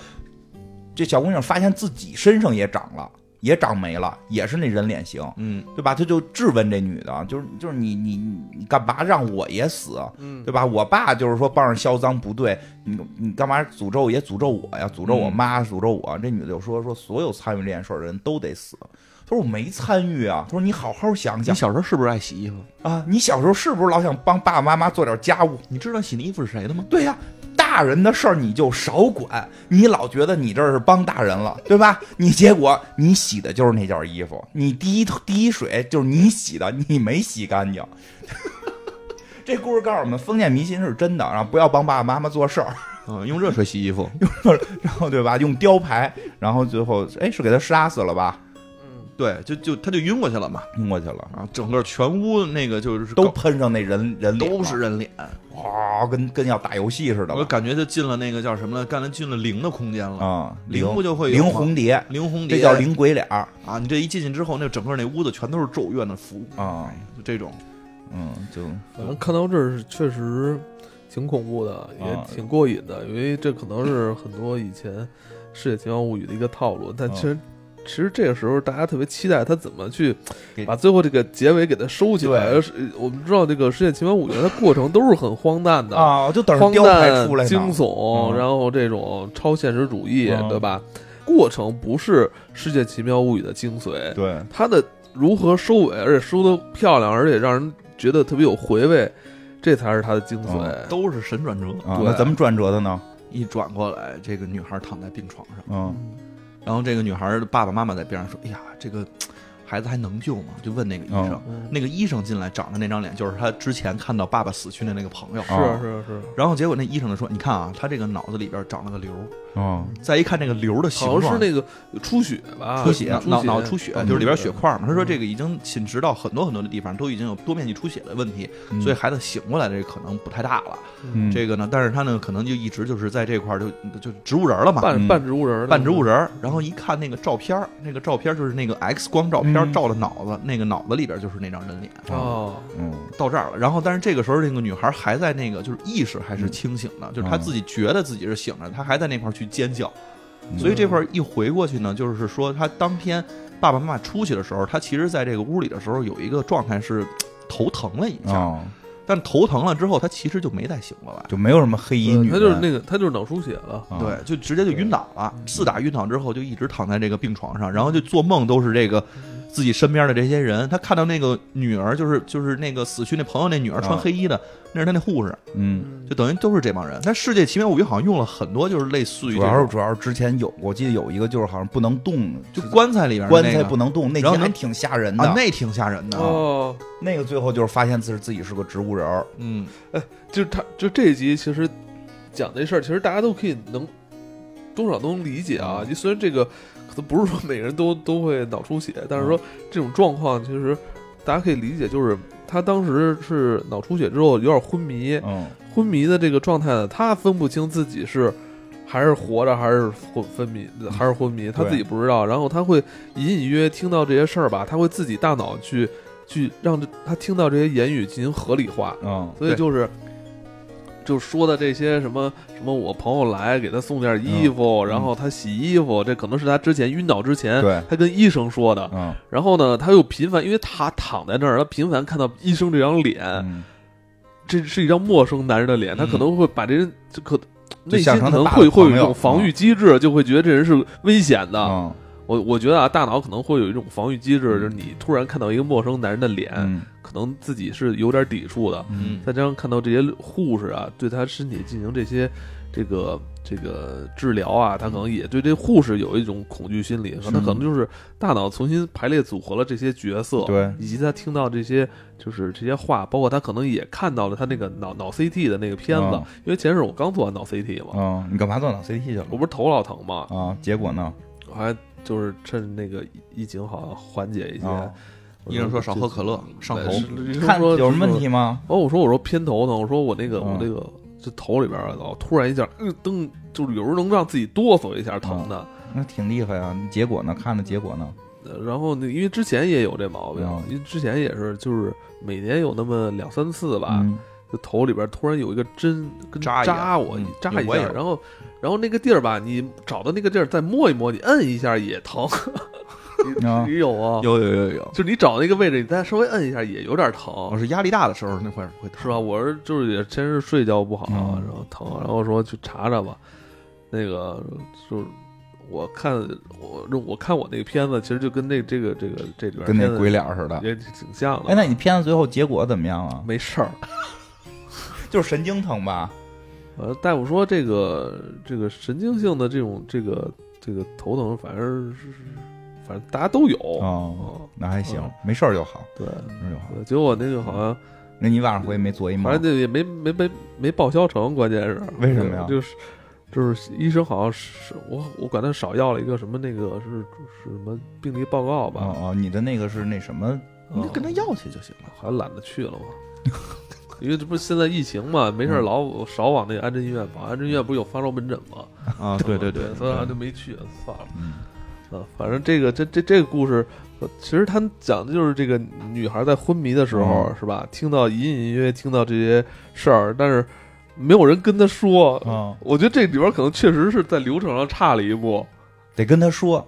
S2: 这小姑娘发现自己身上也长了，也长没了，也是那人脸型，
S3: 嗯，
S2: 对吧？他就质问这女的，就是就是你你你你干嘛让我也死，
S1: 嗯
S2: 对吧？我爸就是说帮着销赃不对，你你干嘛诅咒也诅咒我呀？诅咒我妈，诅咒我。这女的就说说所有参与这件事儿的人都得死。她说我没参与啊。她说你好好想
S3: 你
S2: 想
S3: 小时候是不是爱洗衣服？
S2: 啊，你小时候是不是老想帮爸爸妈妈做点家务？
S3: 你知道洗的衣服是谁的吗？
S2: 对呀、大人的事儿你就少管，你老觉得你这是帮大人了，对吧？你结果你洗的就是那件衣服，你第一第一水就是你洗的，你没洗干净。 (laughs) 这故事告诉我们，封建迷信是真的，然后不要帮爸爸妈妈做事儿， (laughs)
S3: 啊， (laughs) 用热水洗衣服。
S2: 然后对吧？用雕牌，然后最后哎是给他杀死了吧？
S3: 对，就就他就晕过去了嘛。
S2: 晕过去了，
S3: 啊，整个全屋那个就是
S2: 都
S3: 搞
S2: 喷上那人人脸了
S3: 都是人脸，
S2: 哇，跟跟要打游戏似的
S3: 我
S2: 了
S3: 感觉就进了那个叫什么了，干了进了零的空间了。
S2: 啊！
S3: 灵
S2: 灵
S3: 不就会有
S2: 灵
S3: 吗
S2: 红蝶，
S3: 灵红蝶
S2: 这叫灵鬼脸儿
S3: 啊！你这一进去之后，那整个那屋子全都是咒怨的符，
S2: 啊，
S3: 就这种。
S2: 嗯，就
S1: 反正看到这儿是确实挺恐怖的，也
S2: 啊
S1: 挺过瘾的，因为这可能是很多以前《世界奇妙物语》的一个套路。但其
S2: 啊
S1: 实，其实这个时候大家特别期待他怎么去
S2: 给
S1: 把最后这个结尾给它收起来。
S2: 对
S1: 而是我们知道这个《世界奇妙物语》它过程都是很荒诞的。
S2: 啊，就等着
S1: 荒
S2: 雕牌
S1: 诞
S2: 出来、呢。
S1: 惊悚，
S2: 嗯
S1: 然后这种超现实主义，
S2: 嗯
S1: 对吧？过程不是《世界奇妙物语》的精髓，
S2: 对，啊
S1: 它的如何收尾，而且收的漂亮，而且让人觉得特别有回味，这才是它的精髓。
S3: 都是神转折。
S2: 啊，
S1: 对
S2: 那咱们转折的呢？
S3: 一转过来，这个女孩躺在病床上，
S2: 嗯
S3: 然后这个女孩的爸爸妈妈在边上说：“哎呀，这个孩子还能救吗？”就问那个医
S2: 哦
S3: 生。
S1: 嗯
S3: 那个医生进来长的那张脸，就是他之前看到爸爸死去的那个朋友。
S1: 是
S2: 啊
S1: 是是，
S3: 然后结果那医生就说：“你看啊，他这个脑子里边长了个瘤，
S2: 嗯
S3: 再一看这个瘤的形
S1: 好像
S3: 状
S1: 是，那个出血吧，
S3: 出血，
S1: 出
S3: 脑
S1: 血
S3: 脑出血，
S1: 嗯
S3: 就是里边血块嘛。他说这个已经侵蚀到很多很多的地方，都已经有多面积出血的问题，
S2: 嗯
S3: 所以孩子醒过来这可能不太大了。
S2: 嗯
S3: 这个呢，但是他呢，可能就一直就是在这块儿就就植物人了嘛，
S1: 半
S2: 嗯
S1: 半植物人，
S3: 半植物人儿。然后一看那个照片儿，那个照片儿就是那个 X 光照片儿
S2: 嗯
S3: 照的脑子，那个脑子里边就是那张人脸。
S1: 哦，
S2: 嗯
S3: 到这儿了，然后但是这个时候，那个女孩还在那个就是意识还
S2: 嗯
S3: 是清醒的，
S2: 哦
S3: 就是她自己觉得自己是醒着，她还在那块儿去尖叫。
S2: 嗯
S3: 所以这块儿一回过去呢，就是说她当天爸爸妈妈出去的时候，她其实在这个屋里的时候有一个状态是嘖头疼了一下，
S2: 哦，
S3: 但头疼了之后，她其实就没再醒过来。
S2: 就没有什么黑衣女人，
S1: 呃他就是那个他就是脑出血了，
S2: 啊
S3: 对，就直接就晕倒了。自打晕倒之后，就一直躺在这个病床上，然后就做梦都是这个自己身边的这些人。他看到那个女儿，就是就是那个死去那朋友那女儿穿
S2: 啊
S3: 黑衣的，那是他那护士，
S2: 嗯。
S3: 就等于都是这帮人。但《世界奇妙物语》好像用了很多就是类似于
S2: 主
S3: 这
S2: 要是
S3: 种
S2: 主要是之前有，我记得有一个就是好像不能动，
S3: 就是棺材里边的
S2: 棺
S3: 那
S2: 材
S3: 个
S2: 不能动，那
S3: 然后
S2: 集还
S3: 能
S2: 挺吓人
S3: 啊，
S2: 的。
S3: 那挺吓人的。
S1: 哦，
S2: 那个最后就是发现自己自己是个植物人儿，
S3: 嗯，
S1: 就是他，就这一集其实讲这事儿，其实大家都可以能多少都能理解
S2: 嗯
S1: 啊。就虽然这个可能不是说每个人都 (laughs) 都会脑出血，但是说这种状况其实大家可以理解，就是他当时是脑出血之后有点昏迷，
S2: 嗯，
S1: 昏迷的这个状态呢，他分不清自己是。还是活着，还是昏昏迷，还是昏迷，他
S2: 嗯对
S1: 自己不知道。然后他会隐隐约约听到这些事儿吧，他会自己大脑去去让这他听到这些言语进行合理化。
S2: 嗯，
S1: 所以就是就说的这些什么什么，我朋友来给他送件衣服，然后他洗衣服，这可能是他之前晕倒之前。
S2: 嗯对，
S1: 他跟医生说的，
S2: 嗯
S1: 然后呢，他又频繁，因为他躺在那儿，他频繁看到医生这张脸，
S2: 嗯，
S1: 这是一张陌生男人的脸，他可能会把这人就可内心
S2: 想
S1: 可
S2: 成他
S1: 能
S2: 爸
S1: 会
S2: 的
S1: 会有一
S2: 朋友
S1: 种防御机制，就会觉得这人是危险的。
S2: 嗯
S1: 我我觉得啊，大脑可能会有一种防御机制，
S2: 嗯
S1: 就是你突然看到一个陌生男人的脸，
S2: 嗯
S1: 可能自己是有点抵触的。
S2: 嗯
S1: 再加上看到这些护士啊，对他身体进行这些这个这个治疗啊，他可能也对这护士有一种恐惧心理，他可能就是大脑重新排列组合了这些角色，
S2: 对
S1: 以及他听到这些就是这些话，包括他可能也看到了他那个脑脑 CT 的那个片子，
S2: 嗯
S1: 因为前阵我刚做完脑 CT 嘛，
S2: 嗯，你干嘛做脑 CT 去了
S1: 我不是头老疼嘛，
S2: 啊？结果呢？
S1: 我还就是趁那个疫情好像缓解一些，
S2: 啊，
S1: 我
S3: 医生说少喝可乐上头
S1: 嗯对是医生
S2: 看
S1: 说
S2: 有什么
S1: 是
S2: 问题吗？
S1: 哦，我说我说偏头疼，我说我那个、我
S2: 嗯
S1: 那个这头里边儿啊老突然一下，嗯，噔，就是有时候能让自己哆嗦一下疼的。
S2: 那挺厉害啊！结果呢？看着结果呢？
S1: 呃然后那因为之前也有这毛病，
S2: 嗯
S1: 因为之前也是就是每年有那么两三次吧，
S2: 嗯
S1: 就头里边儿突然有一个针跟
S3: 扎一下
S1: 扎我、
S3: 嗯
S1: 扎一
S3: 我也
S1: 下，
S3: 有
S1: 然后然后那个地儿吧，你找到那个地儿再摸一摸，你摁一下也疼。
S2: 啊
S1: 你 (laughs) 有啊？
S3: 有有有有，
S1: 就你找那个位置，你再稍微摁一下也有点
S3: 我
S2: 嗯
S1: 疼，
S3: 哦是压力大的时候那会儿会疼
S1: 是吧？？我是就是也先是睡觉不好，
S2: 嗯
S1: 然后疼，然后说去查查吧。那个就是我看我我看我那个片子，其实就跟那这个这个这里边
S2: 跟那
S1: 片子
S2: 鬼脸似的。
S1: 也挺像的。
S2: 哎，那你片子最后结果怎么样啊？
S1: 没事儿。
S2: 就是神经疼吧？
S1: 呃，大夫说这个这个神经性的这种这个这个头疼，反正是反正大家都有。
S2: 哦，
S1: 哦，
S2: 那还行
S1: 嗯，
S2: 没事儿就好，
S1: 对，
S2: 没事儿就好。
S1: 对结果那个好像
S2: 那你晚上回去没做一
S1: 反
S2: 梦
S1: 正？那也没没没没报销成，关键是
S2: 为什么呀
S1: 就是就是医生好像是我我管他少要了一个什么那个是是什么病例报告吧，
S2: 哦哦，哦你的那个是那什么？
S3: 你就跟他
S1: 嗯
S3: 要去就行了。
S1: 好像懒得去了嘛。 (laughs) 因为这不是现在疫情嘛，没事儿
S2: 嗯
S1: 老少往那个安贞医院跑，安贞医院不是有发烧门诊吗？
S3: 啊，对对对，
S1: 所以好像就没去，算了。
S2: 嗯，
S1: 啊，反正这个这这这个故事，呃其实他讲的就是这个女孩在昏迷的时候，
S2: 嗯
S1: 是吧？听到隐隐约约听到这些事儿，但是没有人跟她说。
S2: 哦，
S1: 我觉得这里边可能确实是在流程上差了一步，
S2: 得跟他说。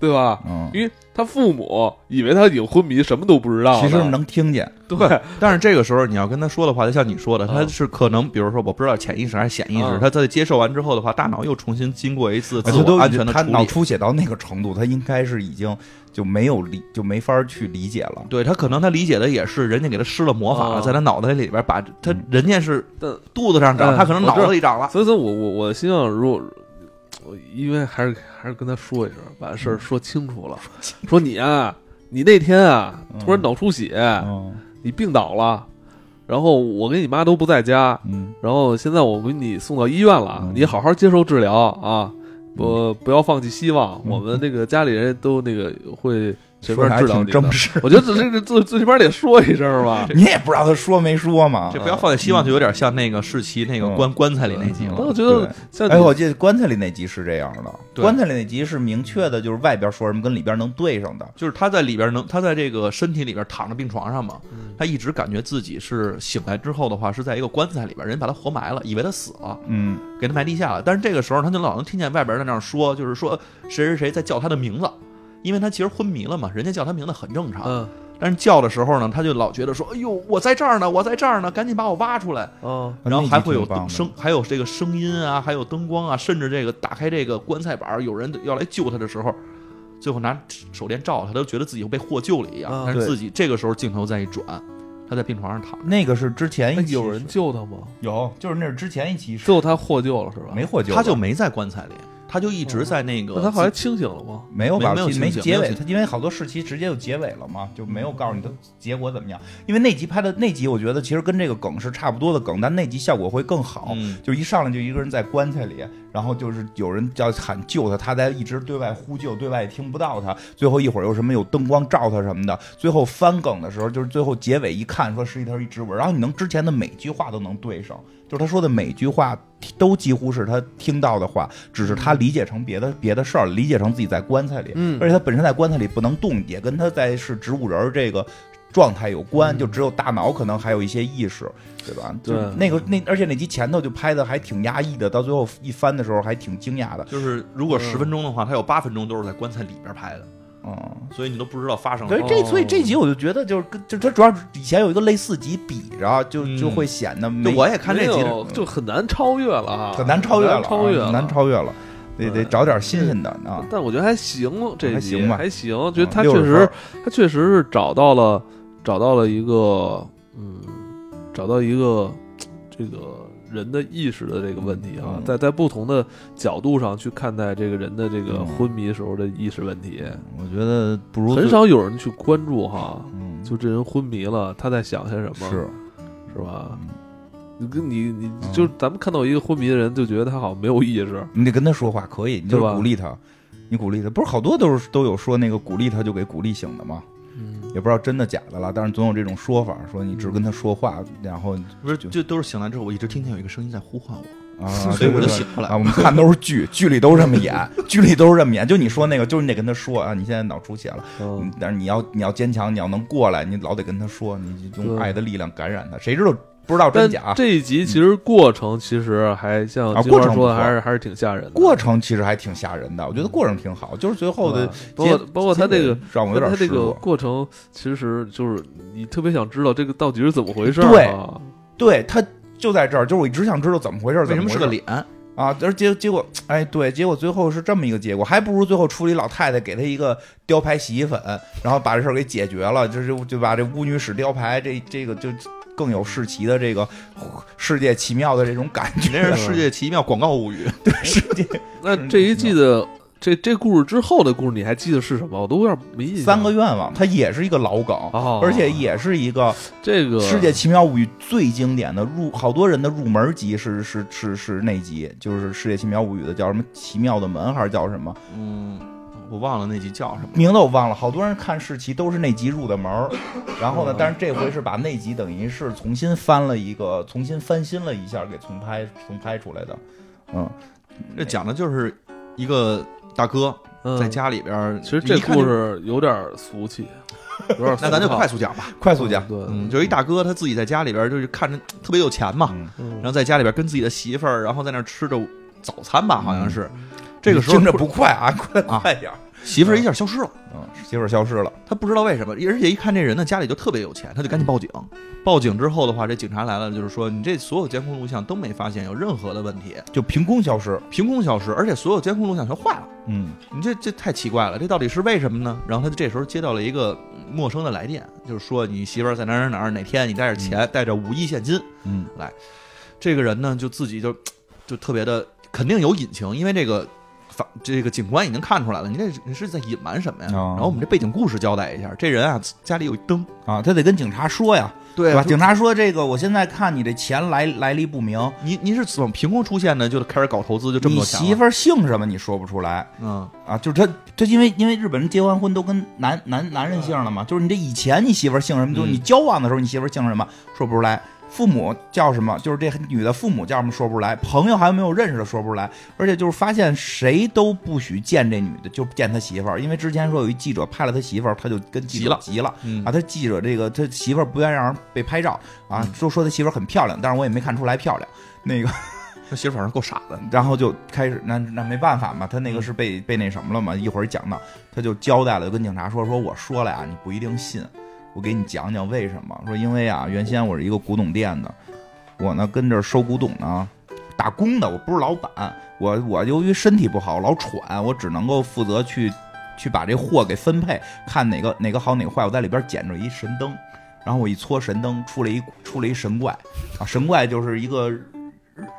S1: 对吧？
S2: 嗯，
S1: 因为她父母以为她已经昏迷，什么都不知道呢。
S2: 其实能听见。
S1: 对，
S3: 但是这个时候你要跟他说的话，就像你说的，
S1: 嗯
S3: 他是可能，比如说我不知道潜意识还是潜意识
S1: 嗯，哎
S3: 他在接受完之后的话，大脑又重新经过一次
S2: 他
S3: 自
S2: 哎都
S3: 我安全的
S2: 他
S3: 处
S2: 脑
S3: 理。
S2: 出血到那个程度，他应该是已经就没有理，就没法去理解了。
S3: 对他可能他理解的也是人家给他施了魔法了，
S1: 嗯
S3: 在他脑袋里边把他
S2: 嗯
S3: 人家是
S1: 但
S3: 肚子上长，
S1: 嗯
S3: 他可能脑子里长了。
S1: 所以说我我我希望，如果我因为还是还是跟他说一声，把事
S2: 嗯
S1: 儿说清楚了，说你啊，你那天啊
S2: 嗯
S1: 突然脑出血，
S2: 嗯
S1: 你病倒了，然后我跟你妈都不在家，
S2: 嗯，
S1: 然后现在我给你送到医院了，
S2: 嗯
S1: 你好好接受治疗啊，不不要放弃希望，
S2: 嗯
S1: 我们那个家里人都那个会随
S2: 说
S1: 便
S2: 的还
S1: 治疗
S2: 挺
S1: 你的
S2: 正。
S1: (laughs)
S2: 式。
S1: 我觉得这这这最最起码得说一声吧。
S2: 你也不知道他说没说嘛
S3: 这？不要
S1: 嗯
S3: 放在希望，就有点像那个世奇那个棺棺材里那集
S1: 但
S3: 了
S1: 我。觉得像你
S2: 哎，我记得棺材里那集是这样的，
S3: 对
S2: 棺材里那集是明确的，就是外边说什么跟里边能对上的。
S3: 就是他在里边能，他在这个身体里边躺着病床上嘛，
S1: 嗯
S3: 他一直感觉自己是醒来之后的话是在一个棺材里边，人把他活埋了，以为他死了，
S2: 嗯，
S3: 给他埋地下了。但是这个时候，他就老能听见外边在那儿说，就是说谁谁谁在叫他的名字，因为他其实昏迷了嘛，人家叫他名字很正常。
S1: 嗯
S3: 但是叫的时候呢，他就老觉得说：“哎呦，我在这儿呢，我在这儿呢，赶紧把我挖出来。”
S1: 哦
S3: 然后还会有
S2: 嗯那集挺棒的
S3: 声，还有这个声音啊，还有灯光啊，甚至这个打开这个棺材板儿，有人要来救他的时候，最后拿手电照他，都觉得自己又被获救了一样。
S1: 啊
S3: 但是
S2: 对
S3: 自己这个时候镜头再一转，他在病床上躺着，
S2: 那个是之前
S1: 哎
S2: 一期
S1: 有人救他吗？
S2: 有，就是那是之前一期是
S1: 最后他获救了是吧？
S2: 没获救吧，
S3: 他就没在棺材里，他就一直在那个
S1: 那
S3: 自。
S1: 他后来清醒了吗？
S2: 没有
S3: 没
S2: 吧？
S3: 没有
S2: 其实
S3: 情
S2: 没
S3: 景
S2: 结
S3: 没有
S2: 尾，
S3: 情
S2: 他因为好多试期直接就结尾了嘛，就没有告诉你的结果怎么样。因为那集拍的那集，我觉得其实跟这个梗是差不多的梗，但那集效果会更好。
S3: 嗯，
S2: 就一上来就一个人在棺材里，然后就是有人叫喊救他，他在一直对外呼救，对外也听不到他。最后一会儿又什么有灯光照他什么的，最后翻梗的时候就是最后结尾一看说是一条一直纹，然后你能之前的每句话都能对上，就是他说的每句话都几乎是他听到的话，只是他理解成别的别的事儿，理解成自己在棺材里，
S1: 嗯
S2: 而且他本身在棺材里不能动，也跟他在是植物人儿这个。状态有关，就只有大脑可能还有一些意识，对吧？
S1: 嗯对
S2: 就是那个那，而且那集前头就拍的还挺压抑的，到最后一翻的时候还挺惊讶的，
S3: 就是如果十分钟的话，他有八分钟都是在棺材里边拍的，
S2: 嗯。
S1: 哦
S3: 所以你都不知道发生了哦
S2: 所以
S3: 什么。
S2: 这所以这集我就觉得就是跟就它主要是以前有一个类似集比着，就就
S3: 嗯
S2: 会显得没
S3: 就我也看这集
S1: 没，有就很难超越了啊，
S2: 很难超越了
S1: 很难
S2: 啊，
S1: 超越
S2: 很
S1: 了，
S2: 难超越了，得得找点新鲜的啊。
S1: 但我觉得还行，这
S2: 还
S1: 集
S2: 行吧
S1: 还行，觉得他
S2: 嗯
S1: 确
S2: 60分
S1: 实
S2: 儿，
S1: 他确实是找到了，找到了一个，嗯，找到一个这个人的意识的这个问题啊，
S2: 嗯
S1: 在在不同的角度上去看待这个人的这个
S2: 嗯
S1: 昏迷时候的意识问题，
S2: 我觉得不如
S1: 很，少有人去关注哈，
S2: 嗯，
S1: 就这人昏迷了，他在想些什么，
S2: 是
S1: 是吧
S2: 嗯？
S1: 你跟你你
S2: 嗯
S1: 就是咱们看到一个昏迷的人，就觉得他好像没有意识，
S2: 你得跟他说话，可以，你就
S1: 对吧
S2: 鼓励他，你鼓励他，不是好多都是都有说那个鼓励他就给鼓励醒的吗？
S1: 嗯，
S2: 也不知道真的假的了，但是总有这种说法，说你只跟他说话，然后
S3: 不是就都是醒来之后，我一直听见有一个声音在呼唤我，
S2: 啊，
S3: 所以
S2: 对对
S3: 我就
S2: 对
S3: 醒过来
S2: 啊，我们看都是剧，剧里都是这么演，剧里都是这么演。就你说那个，就是你得跟他说啊，你现在脑出血了，
S1: 嗯
S2: 嗯但是你要你要坚强，你要能过来，你老得跟他说，你就
S1: 对
S2: 用爱的力量感染他。谁知道不知道真
S1: 但
S2: 假。
S1: 这一集其实过程其实还像
S2: 啊
S1: 金花
S2: 过程不
S1: 说的，
S2: 错
S1: 还是还是挺吓人的。
S2: 过程其实还挺吓人的，我觉得过程挺好，就是最后的
S1: 对吧嗯包括
S2: 结
S1: 包括他这个
S2: 结尾让我有点
S1: 他这
S2: 失
S1: 个
S2: 落。
S1: 过程，其实就是你特别想知道这个到底是怎么回事、啊。
S2: 对对他就在这儿，就是我一直想知道怎么回事，
S3: 为什么是个
S2: 怎回事
S3: 脸？
S2: 啊？而结结果，哎，对，结果最后是这么一个结果，还不如最后处理老太太给他一个雕牌洗衣粉，然后把这事儿给解决了，就是就把这巫女使雕牌这这个就更有世奇的这个世界奇妙的这种感
S3: 你
S2: 觉，
S3: 这是《世界奇妙广告物语》
S2: (laughs) 世界
S1: 那这一季的这这故事之后的故事，你还记得是什么？我都有点没印象。
S2: 三个愿望，它也是一个老梗，
S1: 哦，
S2: 而且也是一个。
S1: 这个
S2: 《世界奇妙物语》最经典的入好多人的入门级是是是是那集，就是《世界奇妙物语》的叫什么“奇妙的门”还是叫什么
S3: 嗯，我忘了那集叫什么。
S2: 名字我忘了。好多人看世奇都是那集入的门儿，然后呢，但是这回是把那集等于是重新翻了一个，重新翻新了一下，给重拍重拍出来的。嗯，
S3: 这讲的就是一个大哥
S1: 嗯
S3: 在家里边儿，
S1: 其实
S3: 你
S1: 这
S3: 一看
S1: 故
S3: 就，
S1: 事有点俗气，有点
S2: (laughs)
S1: 俗
S3: 那咱就
S1: 套
S3: 快速讲吧。
S2: 快速讲。
S1: 对，
S3: 嗯，就是一大哥他自己在家里边儿就是看着特别有钱嘛，
S2: 嗯，
S1: 嗯
S3: 然后在家里边跟自己的媳妇儿，然后在那儿吃着早餐吧，好像是。这个时候
S2: 听着不快啊，快
S3: 啊
S2: 快点儿。
S3: 媳妇儿一下消失了，
S2: 嗯，媳妇儿消失了。
S3: 他不知道为什么，而且一看这人呢家里就特别有钱，他就赶紧报警。报警之后的话，这警察来了，就是说你这所有监控录像都没发现有任何的问题，
S2: 就凭空消失，
S3: 凭空消失，而且所有监控录像全坏了。
S2: 嗯，
S3: 你这这太奇怪了，这到底是为什么呢？然后他就这时候接到了一个陌生的来电，就是说你媳妇儿在哪儿哪儿哪儿，哪天你带着钱，带着五亿现金，
S2: 嗯，
S3: 来，这个人呢就自己就就特别的肯定有隐情，因为这个法这个警官已经看出来了，你这你是在隐瞒什么呀？
S2: 哦
S3: 然后我们这背景故事交代一下，这人啊家里有一灯，
S2: 啊，他得跟警察说呀，
S3: 对
S2: 对
S3: 啊
S2: 啊吧？
S3: 就
S2: 警察说这个，我现在看你这钱来来历不明，
S3: 你你是怎么凭空出现的？就开始搞投资，就这么
S2: 你
S3: 多钱了
S2: 媳妇儿姓什么？你说不出来
S3: 嗯，
S2: 啊？就是他，他因为因为日本人结完婚都跟男男男人姓了
S3: 嗯
S2: 嘛，就是你这以前你媳妇儿姓什么，就是你交往的时候你媳妇儿姓什么，说不出来。父母叫什么？就是这女的父母叫什么说不出来，朋友还有没有认识的说不出来，而且就是发现谁都不许见这女的，就见他媳妇儿，因为之前说有一记者拍了他媳妇儿，他就跟记
S3: 急
S2: 者
S3: 了
S2: 急了，
S3: 嗯
S2: 啊，他记者这个他媳妇儿不愿意让人被拍照啊，
S3: 嗯
S2: 说说他媳妇儿很漂亮，但是我也没看出来漂亮。那个，
S3: 那媳妇儿反正够傻的，
S2: 然后就开始，那那没办法嘛，他那个是被被那什么了嘛，一会儿讲到，他就交代了，就跟警察说，说我说了呀，你不一定信，我给你讲讲为什么，说因为啊，原先我是一个古董店的，我呢跟这儿收古董呢。打工的，我不是老板，我我由于身体不好，老喘，我只能够负责去去把这货给分配，看哪个哪个好哪个坏，我在里边捡着一神灯，然后我一搓神灯，出了一出了一神怪啊，神怪就是一个日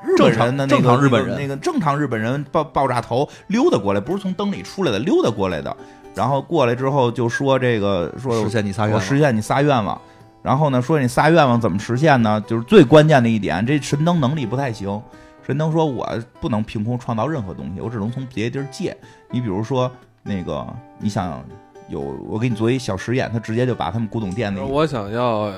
S2: 日本人的那个
S3: 正常正常日本人
S2: 那个那个正常日本人爆爆炸头溜达过来，不是从灯里出来的，溜达过来的，然后过来之后就说这个说
S3: 实现你仨愿
S2: 我
S3: 望，
S2: 实现你仨愿望。然后呢，说你仨愿望怎么实现呢？就是最关键的一点，这神灯能力不太行。神灯说我不能凭空创造任何东西，我只能从别的地儿借。你比如说那个，你想有我给你做一小实验，他直接就把他们古董店那
S1: 我想要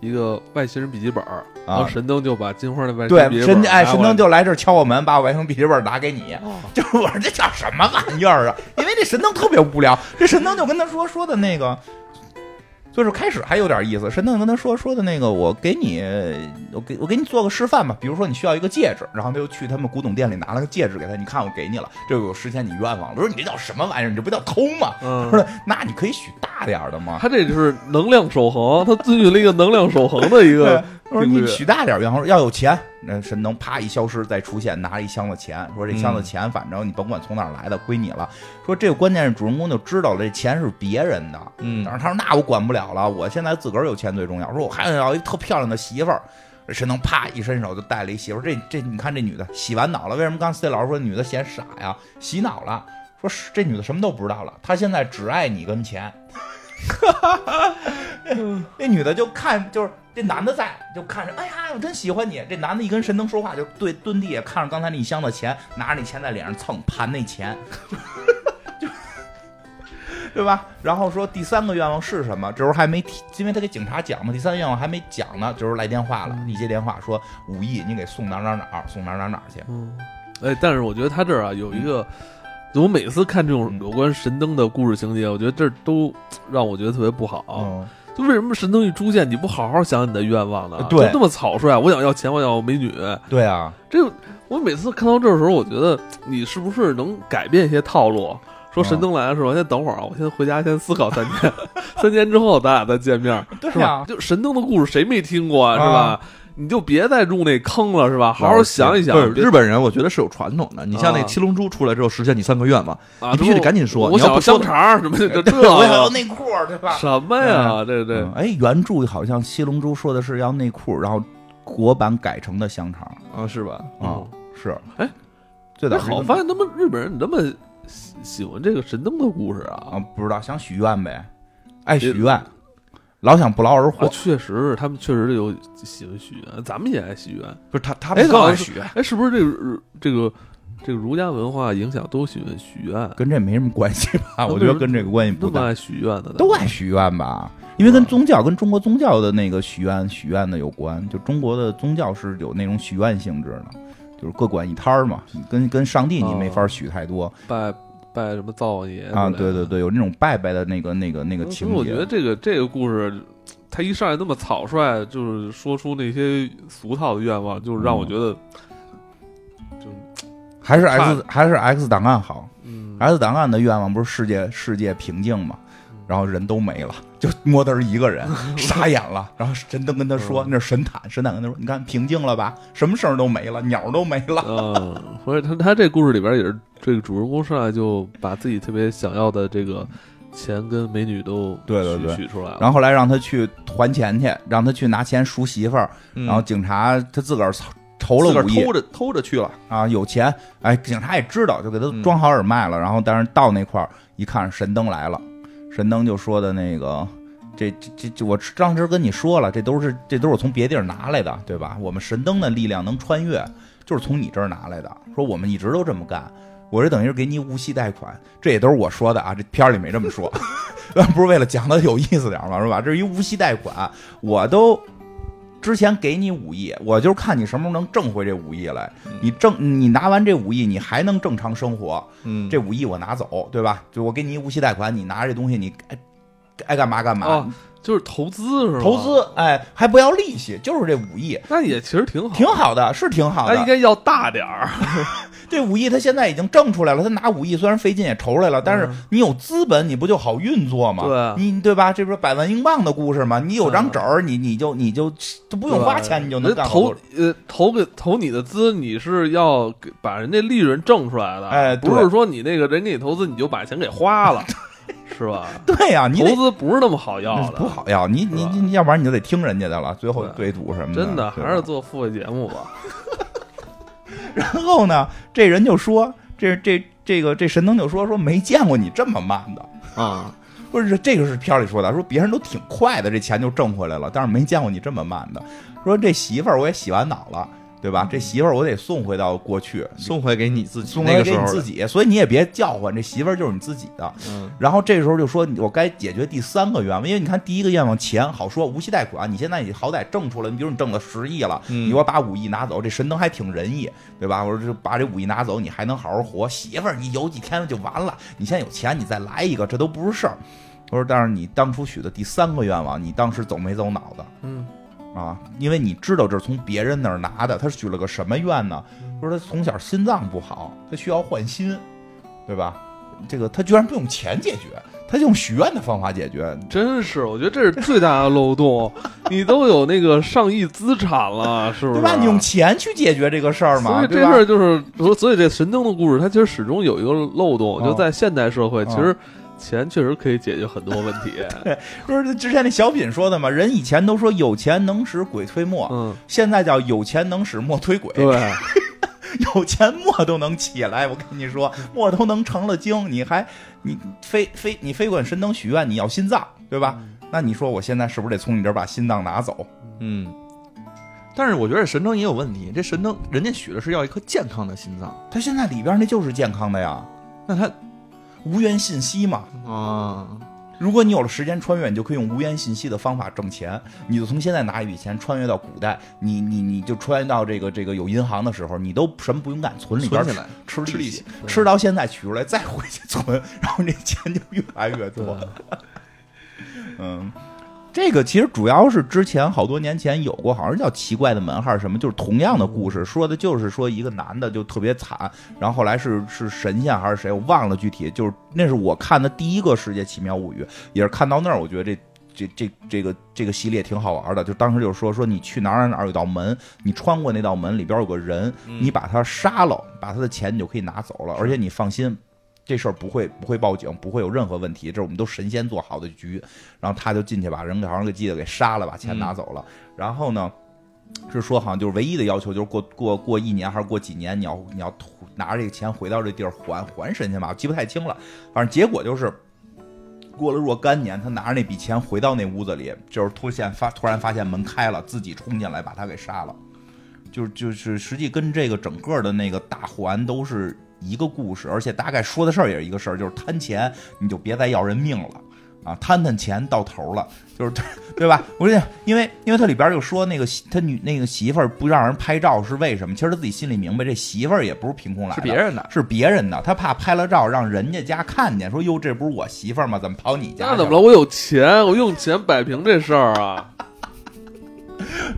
S1: 一个外星人笔记本儿，然后
S2: 啊。
S1: 神灯就把金花的外星人笔
S2: 对，
S1: 记本
S2: 神
S1: 儿啊
S2: 哎，
S1: 拿
S2: 神
S1: 过来
S2: 灯就来这儿敲我门，把我外星笔记本拿给你。
S3: 哦
S2: (laughs) 就是我说这叫什么玩意儿啊？因为这神灯特别无聊，这神灯就跟他说说的那个，就是开始还有点意思，神灯跟他说说的那个，我给你，我给我给你做个示范吧，比如说你需要一个戒指，然后他就去他们古董店里拿了个戒指给他，你看我给你了，这有实现你愿望了。我说你这叫什么玩意儿？你这不叫偷吗？
S1: 嗯
S2: 他说那你可以许大点儿的嘛。
S1: 他这就是能量守恒，他遵循了一个能量守恒的一
S2: 对
S1: 个 (laughs)
S2: 我说
S1: 定
S2: 你
S1: 律
S2: 许大点儿愿望，说要有钱。那神灯啪一消失，再出现，拿了一箱子钱，说这箱
S1: 嗯
S2: 子钱反正你甭管从哪儿来的，归你了。说这个关键是主人公就知道了，这钱是别人的。
S3: 嗯
S2: 但是他说那我管不了了，我现在自个儿有钱最重要。说我还想要一特漂亮的媳妇儿。这神灯啪一伸手就带了一媳妇儿，这这你看这女的洗完脑了，为什么刚才 C 老师说女的显傻呀？洗脑了，说是这女的什么都不知道了，她现在只爱你跟钱。 (laughs) 那女的就看，就是这男的在，就看着，哎呀，我真喜欢你。这男的一跟神灯说话，就对蹲地下看着刚才那一箱子钱，拿着那钱在脸上蹭盘那钱，就对吧？然后说第三个愿望是什么？这时候还没提，因为他给警察讲嘛，第三个愿望还没讲呢。这时候来电话了，一接电话说五亿，你给送哪儿哪儿哪儿，送哪儿哪儿哪儿去。
S1: 嗯，哎，但是我觉得他这儿啊有一个，我每次看这种
S2: 嗯
S1: 有关神灯的故事情节，我觉得这儿都让我觉得特别不好。
S2: 嗯，
S1: 就为什么神灯一出现，你不好好想你的愿望呢？
S2: 对
S1: 就那么草率，我想要钱，我想要美女，
S2: 对啊，
S1: 这我每次看到这儿的时候，我觉得你是不是能改变一些套路？说神灯来的时候，先等会儿啊，我先回家先思考三天， (laughs) 三天之后咱俩再见面，
S2: 对
S1: 是吧？
S2: 啊，
S1: 就神灯的故事谁没听过啊，是
S2: 啊
S1: 吧？你就别再入那坑了，是吧？好好
S2: 老
S1: 想一想
S3: 不是，
S1: 别
S3: 日本人，我觉得是有传统的。你像那
S1: 啊
S3: 《七龙珠》出来之后，实现你三个愿望，
S1: 啊，
S3: 你必须得赶紧
S1: 我
S3: 说你要
S1: 想
S3: 不
S1: 要
S3: 说
S1: 香肠儿什么的，就这
S2: 我想要
S1: 个
S2: 内裤儿，对吧？
S1: 什么呀？对对
S2: 嗯，哎，原著好像《七龙珠》说的是要内裤，然后国版改成的香肠
S3: 啊，是吧？
S2: 啊
S1: 嗯，
S2: 是，
S1: 哎，
S2: 最
S1: 那
S2: 早是
S1: 好，
S2: 这么
S1: 发现他们日本人怎么喜喜欢这个神灯的故事啊
S2: 啊？，不知道想许愿呗，爱许愿，老想不劳而获
S1: 啊，，确实，他们确实有喜欢许愿，咱们也爱许愿。
S3: 不是他，他
S1: 哎
S3: 们
S1: 那
S3: 更
S1: 好
S3: 爱
S1: 像
S3: 许愿。
S1: (laughs) 哎，是不是这个这个这个儒家文化影响都喜欢许愿？
S2: 跟这没什么关系吧？
S1: 们
S2: 我觉得跟这个关系不
S1: 那么
S2: 大，
S1: 爱许愿的，
S2: 都爱许愿吧。因为跟宗教、跟中国宗教的那个许愿、许愿的有关，就中国的宗教是有那种许愿性质的，就是各管一摊儿嘛。你跟跟上帝你没
S1: 哦
S2: 法许太多
S1: 拜拜什么灶王爷
S2: 啊，
S1: 之类
S2: 对
S1: 的
S2: 对。对，有那种拜拜的那个、那个、那个
S1: 哎嗯所以
S2: 情
S1: 我觉得
S2: 节。
S1: 这个这个故事，他一上来那么草率，就是说出那些俗套的愿望，就是让我
S2: 嗯
S1: 觉得，就
S2: 还是
S1: 差
S2: X 还是 X 档案好
S1: 嗯，
S2: ，X 档案的愿望不是世界世界平静嘛，然后人都没了，就莫德尔一
S1: (laughs)
S2: 个人傻眼了。然后神灯跟他说：“
S1: 嗯
S2: 那是神坦，神坦跟他说，你看平静了吧，什么声儿都没了，鸟儿都没了。”
S1: 嗯，所以他他这故事里边也是这个主人公上来就把自己特别想要的这个钱跟美女都
S2: 对对
S1: 许
S2: 对
S1: 许出来了，
S2: 然后后来让他去还钱去，让他去拿钱赎媳妇儿。
S3: 嗯然
S2: 然后警察他自个儿凑筹
S3: 自
S2: 了
S3: 个儿
S2: 五亿
S3: 偷着偷着去了，
S2: 啊，有钱。哎，警察也知道，就给他
S3: 嗯
S2: 装好饵卖了。然后但是到那块儿一看，神灯来了，神灯就说的那个。这这这这，我当时跟你说了，这都是这都是我从别地儿拿来的，对吧？我们神灯的力量能穿越，就是从你这儿拿来的。说我们一直都这么干，我这等于是给你无息贷款，这也都是我说的啊，这片儿里没这么说， (laughs) 呃不是为了讲的有意思点儿嘛，是吧？这是一无息贷款，我都之前给你五亿，我就是看你什么时候能挣回这五亿来
S3: 嗯。
S2: 你挣，你拿完这五亿，你还能正常生活，
S3: 嗯，
S2: 这五亿我拿走，对吧？就我给你一无息贷款，你拿着这东西，你爱爱干嘛干嘛，
S1: 哦就是投资是哦吧？
S2: 投资，哎，还不要利息，就是这五亿。
S1: 那也其实挺好，
S2: 挺好的，是挺好
S1: 那应
S2: 的。
S1: 该要大点儿。
S2: 这五亿他现在已经挣出来了，他拿五亿虽然费劲也筹出来了，但是你有资本，你不就好运作吗？
S1: 嗯对啊嗯
S2: 你对吧？这不是百万英镑的故事吗？你有张纸儿，你你就你就都不用花钱，你就能
S1: 人
S2: 干好多
S1: 投呃投给投你的资，你是要给把人家利润挣出来的，
S2: 哎对
S1: 不是说你那个人家给投资你就把钱给花
S2: (laughs)
S1: 了，是吧？
S2: 对呀、你
S1: 投
S2: 得嗯
S1: 资不是那么好要的，
S2: 不好要，你你
S1: 是吧
S2: 你，要不然你就得听人家的了，最后
S1: 对
S2: 对赌什么
S1: 真
S2: 的
S1: 的
S2: 嗯对
S1: 还是
S2: 吧
S1: 做付费节目吧。
S2: 然后呢，这人就说，这这这个这神灯就说说没见过你这么慢的，
S3: 啊，
S2: 不是这个是片儿里说的，说别人都挺快的，这钱就挣回来了，但是没见过你这么慢的。说这媳妇儿我也洗完脑了，对吧？这媳妇儿我得送回到过去，
S3: 送回给你自己
S2: 送
S3: 那
S2: 回
S3: 个
S2: 给
S3: 时
S2: 你
S3: 候
S2: 自
S3: 的，
S2: 己，所以你也别叫唤，这媳妇儿就是你自己的。
S3: 嗯，
S2: 然后这时候就说，我该解决第三个愿望，因为你看第一个愿望钱好说，无息贷款，你现在你好歹挣出来，你比如你挣了十亿了，
S3: 嗯
S2: 你说把五亿拿走，这神灯还挺仁义，对吧？我说就把这五亿拿走，你还能好好活，媳妇儿你有几天就完了，你现在有钱，你再来一个，这都不是事儿。我说，但是你当初许的第三个愿望，你当时走没走脑子？
S1: 嗯，
S2: 啊，因为你知道这是从别人那儿拿的，他许了个什么愿呢？说他从小心脏不好，他需要换心，对吧？这个他居然不用钱解决，他就用许愿的方法解决。
S1: (laughs) 真是，我觉得这是最大的漏洞。 (laughs) 你都有那个上亿资产了，是不
S2: 对
S1: 是？
S2: 吧？你用钱去解决这个事儿嘛，
S1: 所以这
S2: 对吧
S1: 事儿就是，所所以这神灯的故事，它其实始终有一个漏洞，
S2: 哦
S1: 就在现代社会，其实钱确实可以解决很多问
S2: (laughs)
S1: 题。
S2: 不是之前那小品说的嘛？人以前都说有钱能使鬼推磨，
S1: 嗯，
S2: 现在叫有钱能使磨推鬼。
S1: 对，
S2: 有钱墨都能起来，我跟你说，墨都能成了精，你还你非非你非管神灯许愿，你要心脏，对吧？
S1: 嗯
S2: 那你说我现在是不是得从你这儿把心脏拿走？
S3: 嗯，但是我觉得神灯也有问题，这神灯人家许的是要一颗健康的心脏，
S2: 他现在里边那就是健康的呀，
S3: 那他
S2: 无源信息嘛。
S3: 啊，
S2: 如果你有了时间穿越，你就可以用无源信息的方法挣钱，你就从现在拿一笔钱穿越到古代，你你你就穿越到这个这个有银行的时候，你都什么不用干，存里边吃
S3: 存起来，
S2: 吃
S3: 吃
S2: 利
S3: 利
S2: 息
S3: 息，
S2: 吃到现在取出来再 (laughs) 回去存，然后这钱就越来越
S1: 对
S2: 多。嗯，这个其实主要是之前好多年前有过，好像叫《奇怪的门》还是什么，就是同样的故事，说的就是说一个男的就特别惨，然后后来是是神仙还是谁，我忘了具体，就是那是我看的第一个《世界奇妙物语》，也是看到那儿，我觉得这。这这这个这个系列挺好玩的，就当时就说说你去哪儿哪儿哪儿有道门，你穿过那道门里边有个人，
S3: 嗯
S2: 你把他杀了，把他的钱你就可以拿走了，而且你放心，这事儿不会不会报警，不会有任何问题，这是我们都神仙做好的局。然后他就进去把人给好像给记得给杀了，把钱拿走了。然后呢，是说好像就是唯一的要求就是过过过一年还是过几年，你要你要拿着这个钱回到这地儿还还神仙吧，我记不太清了。反正结果就是。过了若干年，他拿着那笔钱回到那屋子里，就是突现发突然发现门开了，自己冲进来把他给杀了。就是就是实际跟这个整个的那个大环都是一个故事，而且大概说的事儿也是一个事儿，就是贪钱你就别再要人命了。啊，贪贪钱到头了，就是 (laughs) 对吧？我这因为因为他里边就说那个媳他女那个媳妇儿不让人拍照是为什么？其实他自己心里明白，这媳妇儿也不是凭空来的，
S3: 是别人的，
S2: 是别人的，他怕拍了照让人家家看见，说哟这不是我媳妇儿吗？怎么跑你家？
S1: 那怎么了？？我有钱，我用钱摆平这事儿啊！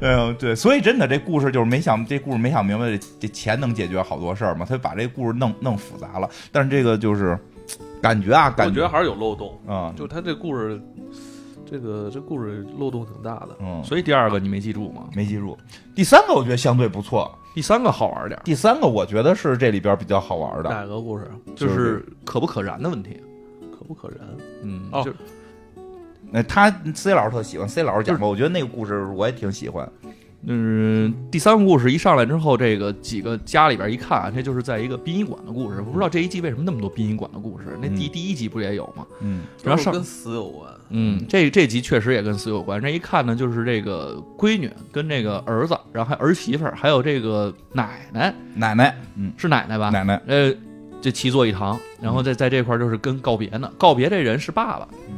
S2: 嗯，对，所以真的这故事就是没想这故事没想明白这这钱能解决好多事儿嘛，他把这故事弄弄复杂了。但是这个就是感觉啊，
S1: 我
S2: 感
S1: 觉得还是有漏洞，
S2: 嗯
S1: 就他这故事，这个这故事漏洞挺大的。
S2: 嗯，
S3: 所以第二个你没记住吗？
S2: 没记住。第三个我觉得相对不错，
S3: 第三个好玩点儿，
S2: 第三个我觉得是这里边比较好玩的。
S1: 哪个故事？
S3: 就
S2: 就是
S3: 是可不可燃的问题。
S1: 可不可燃？
S3: 嗯，
S1: 哦
S3: 就
S2: 那他 C 老师特喜欢，C 老师讲过，我觉得那个故事我也挺喜欢。
S3: 嗯，第三个故事一上来之后，这个几个家里边一看啊，这就是在一个殡仪馆的故事。不知道这一季为什么那么多殡仪馆的故事？那第
S2: 嗯
S3: 第一集不是也有吗？
S2: 嗯
S1: 都
S3: 然后
S1: 是
S3: 上
S1: 跟死有关，
S3: 嗯，这这集确实也跟死有关。这一看呢，就是这个闺女跟这个儿子，然后还儿媳妇儿，还有这个奶奶，
S2: 奶奶，嗯，
S3: 是奶奶
S1: 啊
S3: 吧？
S2: 奶奶，
S3: 呃，这齐坐一堂，然后在在这块儿就是跟告别呢。告别这人是爸爸，
S2: 嗯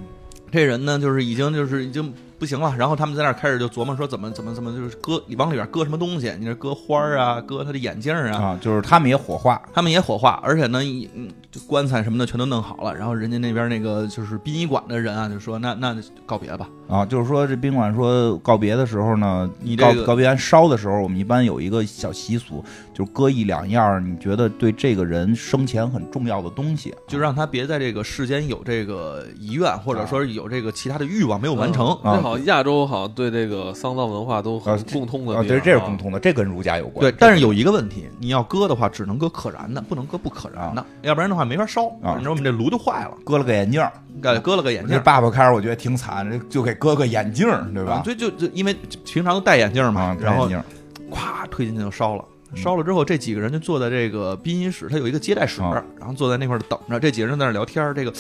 S3: 这人呢就是已经就是已经不行了。然后他们在那儿开始就琢磨说怎么怎么怎么就是搁往里边搁什么东西，你这搁花儿啊，搁他的眼镜儿啊。
S2: 啊，就是他们也火化，
S3: 他们也火化，而且呢，一嗯，就棺材什么的全都弄好了。然后人家那边那个就是殡仪馆的人啊，就说那那就告别吧。
S2: 啊，就是说这宾馆说告别的时候呢，
S3: 你
S2: 告
S3: 这个
S2: 告别完烧的时候，我们一般有一个小习俗，就是搁一两样儿你觉得对这个人生前很重要的东西，啊
S3: 就让他别在这个世间有这个遗愿，或者说有这个其他的欲望没有完成。
S1: 嗯这好像亚洲好像对这个丧葬文化都很
S2: 啊啊这
S1: 共通的地
S2: 啊，
S1: 方。
S2: 对，这是共通的，这跟儒家有关。
S3: 对，但是有一个问题，你要搁的话，只能搁可燃的，不能搁不可燃的，要不然的话没法烧。
S2: 啊
S3: 你知道我们这炉就坏了，
S2: 搁了个眼镜儿，
S3: 给搁了个眼镜
S2: 这。爸爸开始我觉得挺惨，这就给搁个眼镜儿，对
S3: 啊
S2: 吧？
S3: 就就就因为平常都戴眼镜嘛
S2: 啊，，
S3: 然后
S2: 戴眼镜儿嗯
S3: 咵推进去就烧了。烧了之后，这几个人就坐在这个殡仪室，他有一个接待室，
S2: 啊
S3: 然后坐在那块儿等着。这几个人在那儿聊天儿，这个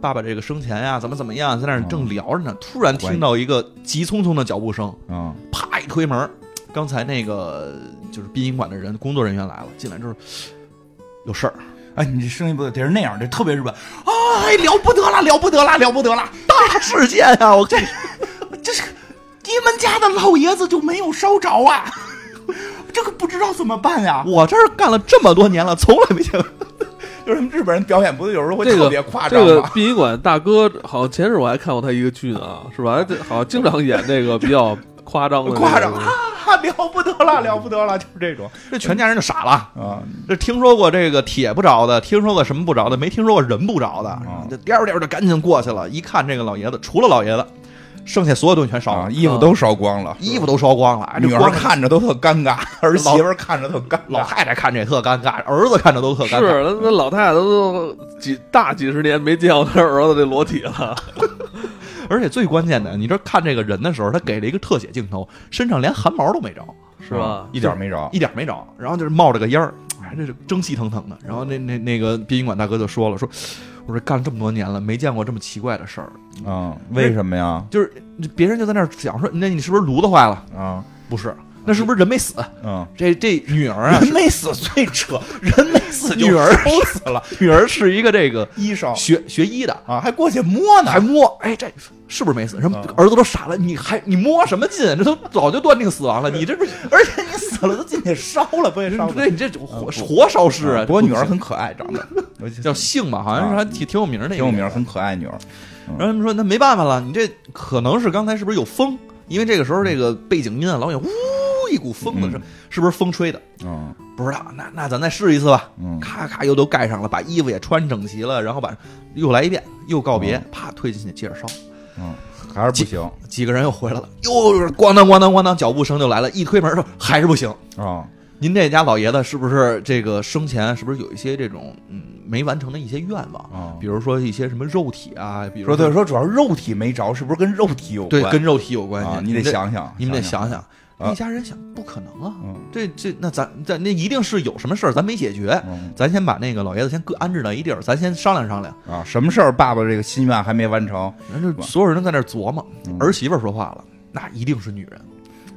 S3: 爸爸这个生前呀、怎么怎么样，在
S2: 啊
S3: 那儿正聊着呢，突然听到一个急匆匆的脚步声，
S2: 嗯
S3: 啪一推门儿，刚才那个就是殡仪馆的人工作人员来了，进来之后有事儿，
S2: 哎，你这声音不得是那样，这特别日本啊！哎，了不得啦，了不得啦，了不得啦！
S3: 大事件啊！我这
S2: 这是你们家的老爷子就没有烧着啊？ (laughs) 这个不知道怎么办呀、
S3: 我这儿干了这么多年了，从来没见过。
S2: 就是他们日本人表演，不是有时候会
S1: 这
S2: 特
S1: 个
S2: 别夸张
S1: 啊这
S2: 吗？
S1: 个殡仪馆大哥，好像前日我还看过他一个剧呢，啊是吧？这好像经常演这个比较夸张的那种，
S2: 夸张啊， (laughs) 了不得了，了不得了，就是这种
S3: 这全家人就傻了。
S2: 啊，
S3: 这听说过这个铁不着的，听说过什么不着的，没听说过人不着的。然
S2: 嗯
S3: 后这颠儿颠儿就赶紧过去了，一看这个老爷子，除了老爷子，剩下所有东西全烧了，
S2: 啊，衣服都烧光了，
S3: 衣服都烧光了。哎这
S2: 女儿
S3: 光
S2: 看着都特尴尬，儿媳妇儿看着特尴
S3: 老
S2: 尬。
S3: 太太看着也特尴尬，儿子看着都特尴
S1: 是
S3: 尬。
S1: 那那老太太都几大几十年没见过她儿子这裸体了，
S3: 而且最关键的，你这看这个人的时候，他给了一个特写镜头，身上连汗毛都没着，
S1: 是吧？
S2: 啊一点没着，
S3: 一点没着，然后就是冒着个烟儿，哎，这是蒸气腾腾的。然后那那那个殡仪馆大哥就说了，说我这干了这么多年了，没见过这么奇怪的事儿。
S2: 嗯，为什么呀？
S3: 就是别人就在那儿想说，那你是不是炉子坏了？
S2: 啊，
S3: 不是，那是不是人没死？
S2: 嗯，
S3: 这这女儿啊，
S2: 人没死最扯，人没死就
S3: 女儿
S2: 烧死了，
S3: 女儿是一个这个
S2: 医生
S3: 学学医的，
S2: 啊还过去摸呢
S3: 还，哦摸，哎，这是不是没死？什么
S2: 嗯
S3: 儿子都傻了，你还你摸什么劲？啊这都早就断定死亡了，你 (laughs) 这不是
S2: 而且你死了都进去烧了，不也烧
S3: 嗯
S2: 嗯
S3: 对你这活活烧尸啊？
S2: 不过女儿
S3: 不
S2: 很可爱， (laughs) 长得我记得
S3: 行叫姓吧，好像是还挺挺有名的，
S2: 挺有名，。很可爱女儿。
S3: 然后他们说那没办法了，你这可能是刚才是不是有风？因为这个时候这个背景音啊，老远呜一股风的
S2: 嗯
S3: 是是不是风吹的？
S2: 嗯
S3: 不知道，那那咱再试一次吧。
S2: 嗯
S3: 咔咔又都盖上了，把衣服也穿整齐了，然后把又来一遍，又告别
S2: 嗯，
S3: 啪推进去接着烧。
S2: 嗯，还是不行
S3: 几个人又回来了，又咣当咣当咣当，脚步声就来了。一推门说还是不行。
S2: 啊。
S3: 您这家老爷子是不是这个生前是不是有一些这种嗯没完成的一些愿望？
S2: 啊
S3: 比如说一些什么肉体啊，比如
S2: 说对，说主要是肉体没着，是不是跟肉体有关？
S3: 对跟肉体有关系，
S2: 啊，你得
S3: 们得，
S2: 想想，
S3: 你们得想想。
S2: 啊
S3: 一家人想，不可能啊！
S2: 嗯
S3: 这这那咱咱那一定是有什么事儿，咱没解决。
S2: 嗯
S3: 咱先把那个老爷子先搁安置到一地儿，咱先商量商量。
S2: 啊，什么事儿？爸爸这个心愿还没完成，
S3: 人就所有人都在那儿琢磨
S2: 嗯，
S3: 儿媳妇儿说话了，那一定是女人，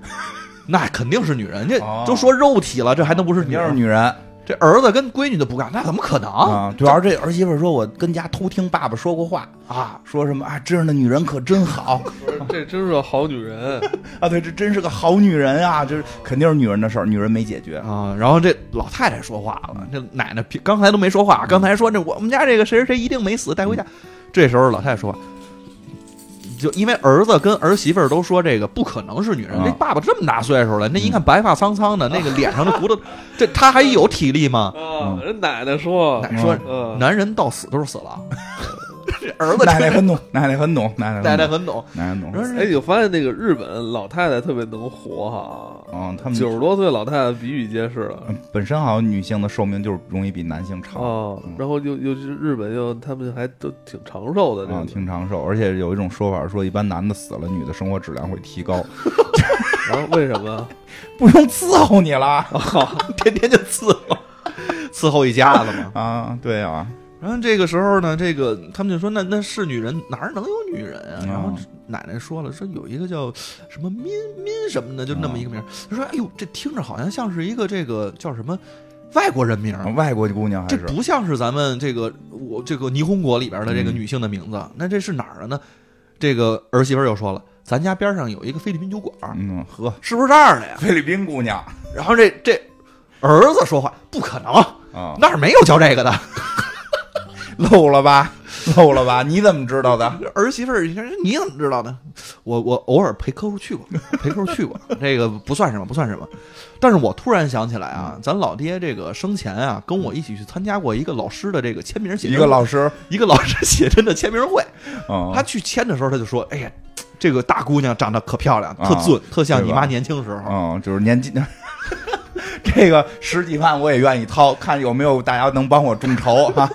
S3: (laughs) 那肯定是女人，这
S2: 哦
S3: 都说肉体了，这还能不是
S2: 肯
S3: 女
S2: 定是
S3: 人？
S2: 女人
S3: 这儿子跟闺女都不干，那怎么可能
S2: 啊。主要是这儿媳妇说，我跟家偷听爸爸说过话，
S3: 啊？
S2: 说什么啊，这样的女人可真好
S1: (laughs) 这真是个好女人。
S2: 啊，对，这真是个好女人啊，这肯定是女人的事儿，女人没解决。
S3: 啊，然后这老太太说话了，这奶奶平刚才都没说话，刚才说这我们家这个谁谁谁一定没死，带回家。这时候老太太说话，就因为儿子跟儿媳妇儿都说这个不可能是女人，
S2: 啊
S3: 那爸爸这么大岁数了，那一看白发苍苍的，那个脸上的骨头，这他还有体力吗？
S1: 啊，人奶奶说，
S3: 奶说
S1: 嗯
S3: 男人到死都是死了，这儿子
S2: 奶奶很懂，奶奶很懂，奶奶
S3: 奶
S2: 很
S3: 奶
S2: 懂
S3: 很懂，
S2: 奶奶懂。
S1: 哎，你发现那个日本老太太特别能活哈，
S2: 嗯，他们
S1: 九十多岁老太太比比皆是了。啊
S2: 嗯本身好像女性的寿命就是容易比男性长，
S1: 哦，然后又又是日本又他们还都挺长寿的，这
S2: 啊，
S1: 个
S2: 挺长寿，而且有一种说法说，一般男的死了，女的生活质量会提
S3: (laughs)
S2: 高，
S1: 然后为什么？
S2: 不用伺候你了
S3: (laughs) 天天就伺候伺候一家子嘛。
S2: 啊！对啊，
S3: 然后这个时候呢，这个他们就说那那是女人，哪儿能有女人啊？
S2: 嗯
S3: 然后奶奶说了，说有一个叫什么min min 什么的，就那么一个
S2: 啊
S3: 名儿。他说哎呦，这听着好像像是一个这个叫什么外国人名儿。
S2: 啊外国姑娘还
S3: 这
S2: 是
S3: 不像是咱们这个我这个霓虹国里边的这个
S2: 嗯
S3: 女性的名字，那这是哪儿的啊呢？这个儿媳妇儿又说了，咱家边上有一个菲律宾酒馆，
S2: 嗯呵，
S3: 是不是这儿的呀？
S2: 菲律宾姑娘
S3: 然后这这儿子说话不可能，
S2: 啊，
S3: 那儿没有教这个的。
S2: 漏了吧，漏了吧？你怎么知道的？
S3: 儿媳妇儿，你看你怎么知道的？我我偶尔陪客户去过， (laughs) 陪客户去过，这个不算什么，不算什么。但是我突然想起来啊，咱老爹这个生前啊，跟我一起去参加过一个老师的这个签名写
S2: 一
S3: 真，
S2: 个老师，
S3: 一个老师写真的签名
S2: (laughs)
S3: 会。他
S2: 啊，
S3: 去签的时候，他就说：“哎呀，这个大姑娘长得可漂亮，
S2: 啊
S3: 特俊，特像你
S2: 对
S3: 妈
S2: 吧
S3: 年轻时候。
S2: 嗯，就是年纪， (laughs) 这个十几万我也愿意掏，看有没有大家能帮我众筹啊。”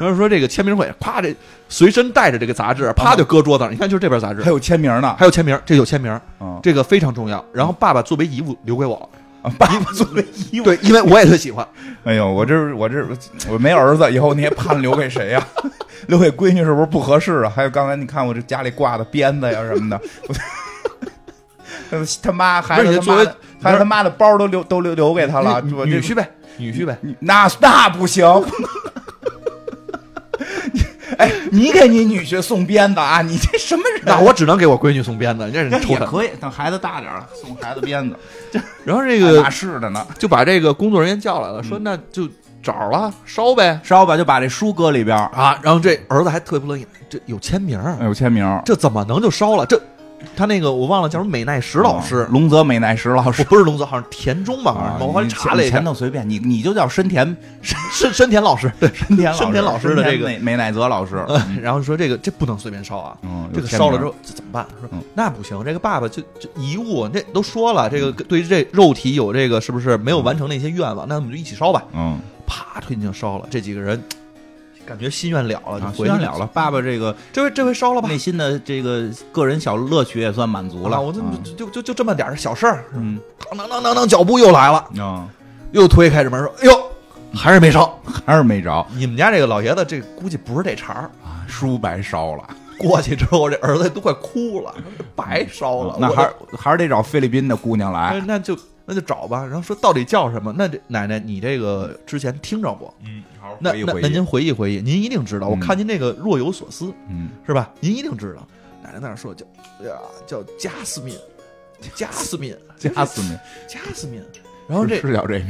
S3: 然后说这个签名会，咵这随身带着这个杂志，啪就搁桌子上。你看，就是这边杂志
S2: 啊还，有签名呢，
S3: 还有签名，这有签名，
S2: 啊，
S3: 这个非常重要。然后爸爸作为遗物留给我了，
S2: 啊爸爸作为衣服，
S3: 对，因为我也特喜欢。
S2: (laughs) 哎呦，我这我这我没儿子，以后那些判留给谁呀、 (laughs) 留给闺女是不是不合适啊？还有刚才你看我这家里挂的鞭子呀什么的，我呃 (laughs) 他妈孩
S3: 不
S2: 子
S3: 是
S2: 他
S3: 你作
S2: 妈
S3: 为
S2: 的孩子他妈的包都留都留留给他了，
S3: 女
S2: 我
S3: 女
S2: 这
S3: 婿呗，女婿呗。
S2: 你那那不行。 (laughs) 哎，你给你女婿送鞭子啊？你这什么人？哎
S3: 那我只能给我闺女送鞭子，你这
S2: 那
S3: 人臭
S2: 也
S3: 蛋。
S2: 可以，等孩子大点儿了送孩子鞭子，
S3: 然后这
S2: 这
S3: 个
S2: 哪是的呢？
S3: 就把这个工作人员叫来了，
S2: 嗯
S3: 说那就找了烧呗
S2: 稍吧，就把这书搁里边儿，
S3: 啊。然后这儿子还特别不乐意，这有签名儿，
S2: 有哎签名儿。
S3: 这怎么能就烧了？这他那个我忘了叫什么美奈实老师，
S2: 龙泽美奈实老
S3: 我
S2: 师。
S3: 不是龙泽，好像田中吧，好像
S2: 哦啊
S3: 是哦我后来
S2: 你
S3: 查了一
S2: 前
S3: 下，
S2: 头随便你，你就叫深田
S3: 深深田老师对。
S2: 深田
S3: 深田老师的这个
S2: 深田美美奈泽老师，
S3: 然后说这个这不能随便烧啊，
S2: 嗯，
S3: 这个烧了之
S2: 后
S3: 后这怎么办？说
S2: 嗯
S3: 那不行，这个爸爸就就遗物，这都说了，这个对于这肉体有这个是不是没有完成的一些愿望？那我们就一起烧吧。
S2: 嗯，
S3: 啪，推进去烧了。这几个人感觉心愿了了，就
S2: 啊，
S3: 回
S2: 虽然
S3: 去
S2: 了了，，爸爸这个
S3: 这回这回烧了吧
S2: 内。心的这个个人小乐趣也算满足
S3: 啊
S2: 了。
S3: 我这
S2: 嗯
S3: 就就就就这么点儿小事儿，
S2: 嗯
S3: 当当当当当，脚步又来了，
S2: 啊，
S3: 又推开这门说：“哎呦，还是没烧。
S2: 还是没着，”
S3: 你们家这个老爷子这估计不是这茬儿，
S2: 书白烧了，
S3: 过去之后，这儿子都快哭了，白烧了。
S2: 嗯那
S3: 我
S2: 还是还是得找菲律宾的姑娘
S3: 哎
S2: 来，
S3: 那就那就找吧。然后说到底叫什么？那这奶奶，你这个之前听着过？
S2: 嗯，好
S3: 那
S2: 回忆
S3: 那
S2: 回
S3: 那
S2: 忆，
S3: 您回忆回忆，您一定知道。我
S2: 嗯
S3: 看您这个若有所思，
S2: 嗯，
S3: 是吧？您一定知道。奶奶在那儿说叫哎呀叫加斯敏，加斯敏，
S2: (laughs) 加斯敏，
S3: (laughs) 加斯敏。然后这
S2: 是叫这名，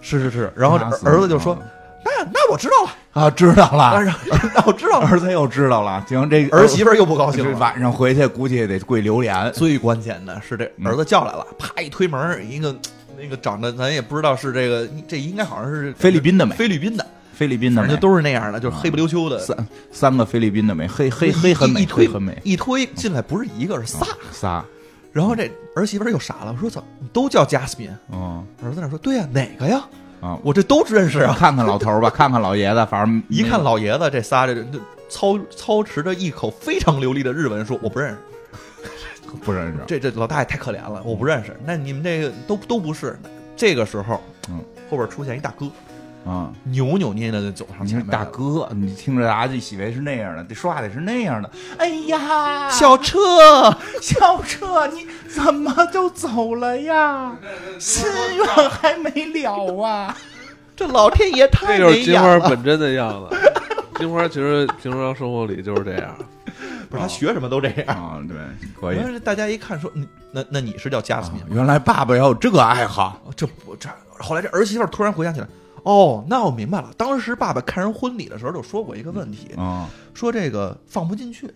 S3: 是是是，然后这
S2: 加斯敏
S3: 儿子就说
S2: 啊：“
S3: 那那我知道了，
S2: 啊，知道
S3: 啊，
S2: 了，
S3: 然后那我知道了。”
S2: (laughs) 儿子又知道了，行，这
S3: 儿媳妇儿又不高兴
S2: 这
S3: 了。
S2: 晚上回去估计也得跪榴莲，
S3: 最关键的是这
S2: 嗯
S3: 儿子叫来了，啪一推门儿，一个那个长得咱也不知道是这个，这应该好像是
S2: 菲律宾的美，
S3: 菲律宾的，
S2: 菲律宾的
S3: 反
S2: 美
S3: 正就，都是那样的，就是黑不溜秋的。
S2: 三三个菲律宾的美，黑黑
S3: 一
S2: 黑很美，
S3: 一推
S2: 黑很美，啊
S3: 一推进来不是一个是仨，
S2: 仨，
S3: 然后这儿媳妇儿又傻了，我说操，你都叫 Jasmine，
S2: 嗯
S3: 儿子那说对呀、哪个呀？
S2: 啊，
S3: 我这都认识啊。
S2: 看看老头
S3: (laughs)
S2: 儿吧，看看老爷子，反正
S3: 一看老爷子这仨这这操操持着一口非常流利的日文说我不认识，
S2: 不认识，
S3: 这这老大爷太可怜了，我不认识。那你们这个都都不是。这个时候，
S2: 嗯，
S3: 后边出现一大哥，
S2: 嗯。
S3: 扭扭捏捏的走上
S2: 你
S3: 前
S2: 说
S3: 面来
S2: 大
S3: 了，
S2: 哥，你听着大家就以为是那样的，得说话得是那样的。哎呀，
S3: 小车，
S2: 小彻，你怎么就走了
S3: (laughs)
S2: 呀？心愿还没了啊！
S3: 这老天爷太
S1: 这就是
S3: 没
S1: 金
S3: 眼
S1: 花
S3: 了。
S1: 本真的样子。金花其实平常生活里就是这样，
S3: 不是他学什么都这样。
S2: 啊，对，可以
S3: 然。后大家一看说，你那那你是叫贾斯
S2: 啊
S3: 敏？
S2: 原来爸爸要有这个爱好，
S3: 哦这不这，后来这儿媳妇儿突然回想起来，哦，那我明白了。当时爸爸看人婚礼的时候就说过一个问题，
S2: 嗯
S3: 说这个放不进去，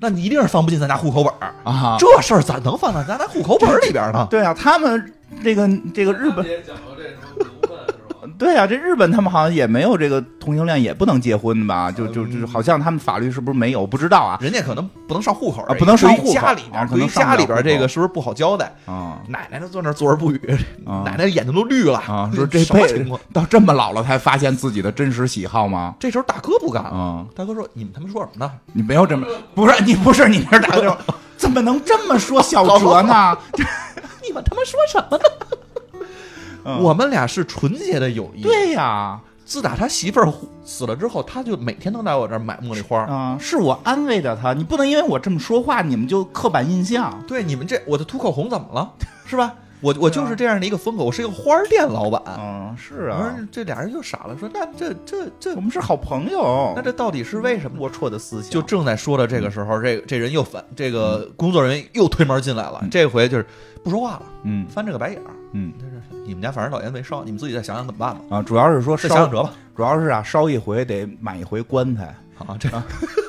S3: 那你一定是放不进咱家户口本儿。
S2: 啊，
S3: 这事儿咋能放到咱家户口本儿里边呢？
S2: 对啊，他们这个这个日本，
S1: 也讲过这什么奴们是吧？
S2: 对啊，这日本他们好像也没有这个同性恋也不能结婚吧？
S3: 嗯
S2: 就就就好像他们法律是不是没有？不知道啊
S3: 人家可能不能上户口而
S2: 啊
S3: 已，
S2: 不能上户口
S3: 对于家里边
S2: 啊
S3: 儿，
S2: 可能
S3: 对于
S2: 上不
S3: 家
S2: 了
S3: 里边儿这
S2: 户口
S3: 个是不是不好交代？
S2: 啊
S3: 奶奶就坐那儿坐而不语，
S2: 啊
S3: 奶奶眼睛都绿了
S2: 啊！说这
S3: 嗯什么
S2: 辈
S3: 情
S2: 子
S3: 况？
S2: 到这么老了才发现自己的真实喜好吗？
S3: 这时候大哥不干了，
S2: 啊，
S3: 大哥说：“你们他妈说什么呢？
S2: 你没有这么不是你不是你是大
S3: (laughs)
S2: 舅，怎么能这么说啊小哲呢？
S3: 你们他妈说什么呢？”
S2: 嗯
S3: 我们俩是纯洁的友谊。，
S2: 对呀，
S3: 自打他媳妇儿死了之后，他就每天都来我这儿买茉莉花。
S2: 啊，是我安慰着他，你不能因为我这么说话，你们就刻板印象。
S3: 对，你们这我的涂口红怎么
S2: (laughs)
S3: 了？是吧？我我就是这样的一个风格，我是一个花儿店老板。
S2: 嗯，是
S3: 然
S2: 啊
S3: 后，这俩人就傻了，说：“那这这这
S2: 我，们是好朋友。
S3: 那这到底是为什么？”
S2: 龌龊的思想
S3: 就正在说的这个时
S2: 嗯
S3: 候，这这人又反，这个工作人员又推门进来了。这回就是不说话了，
S2: 嗯
S3: 翻这个白眼儿。
S2: 嗯
S3: 他说你们家反正老烟没烧，你们自己再想想怎么办吧，
S2: 啊，主要是说
S3: 再
S2: 烧
S3: 想想辙吧。
S2: 主要是啊，烧一回得买一回棺材，
S3: 啊，这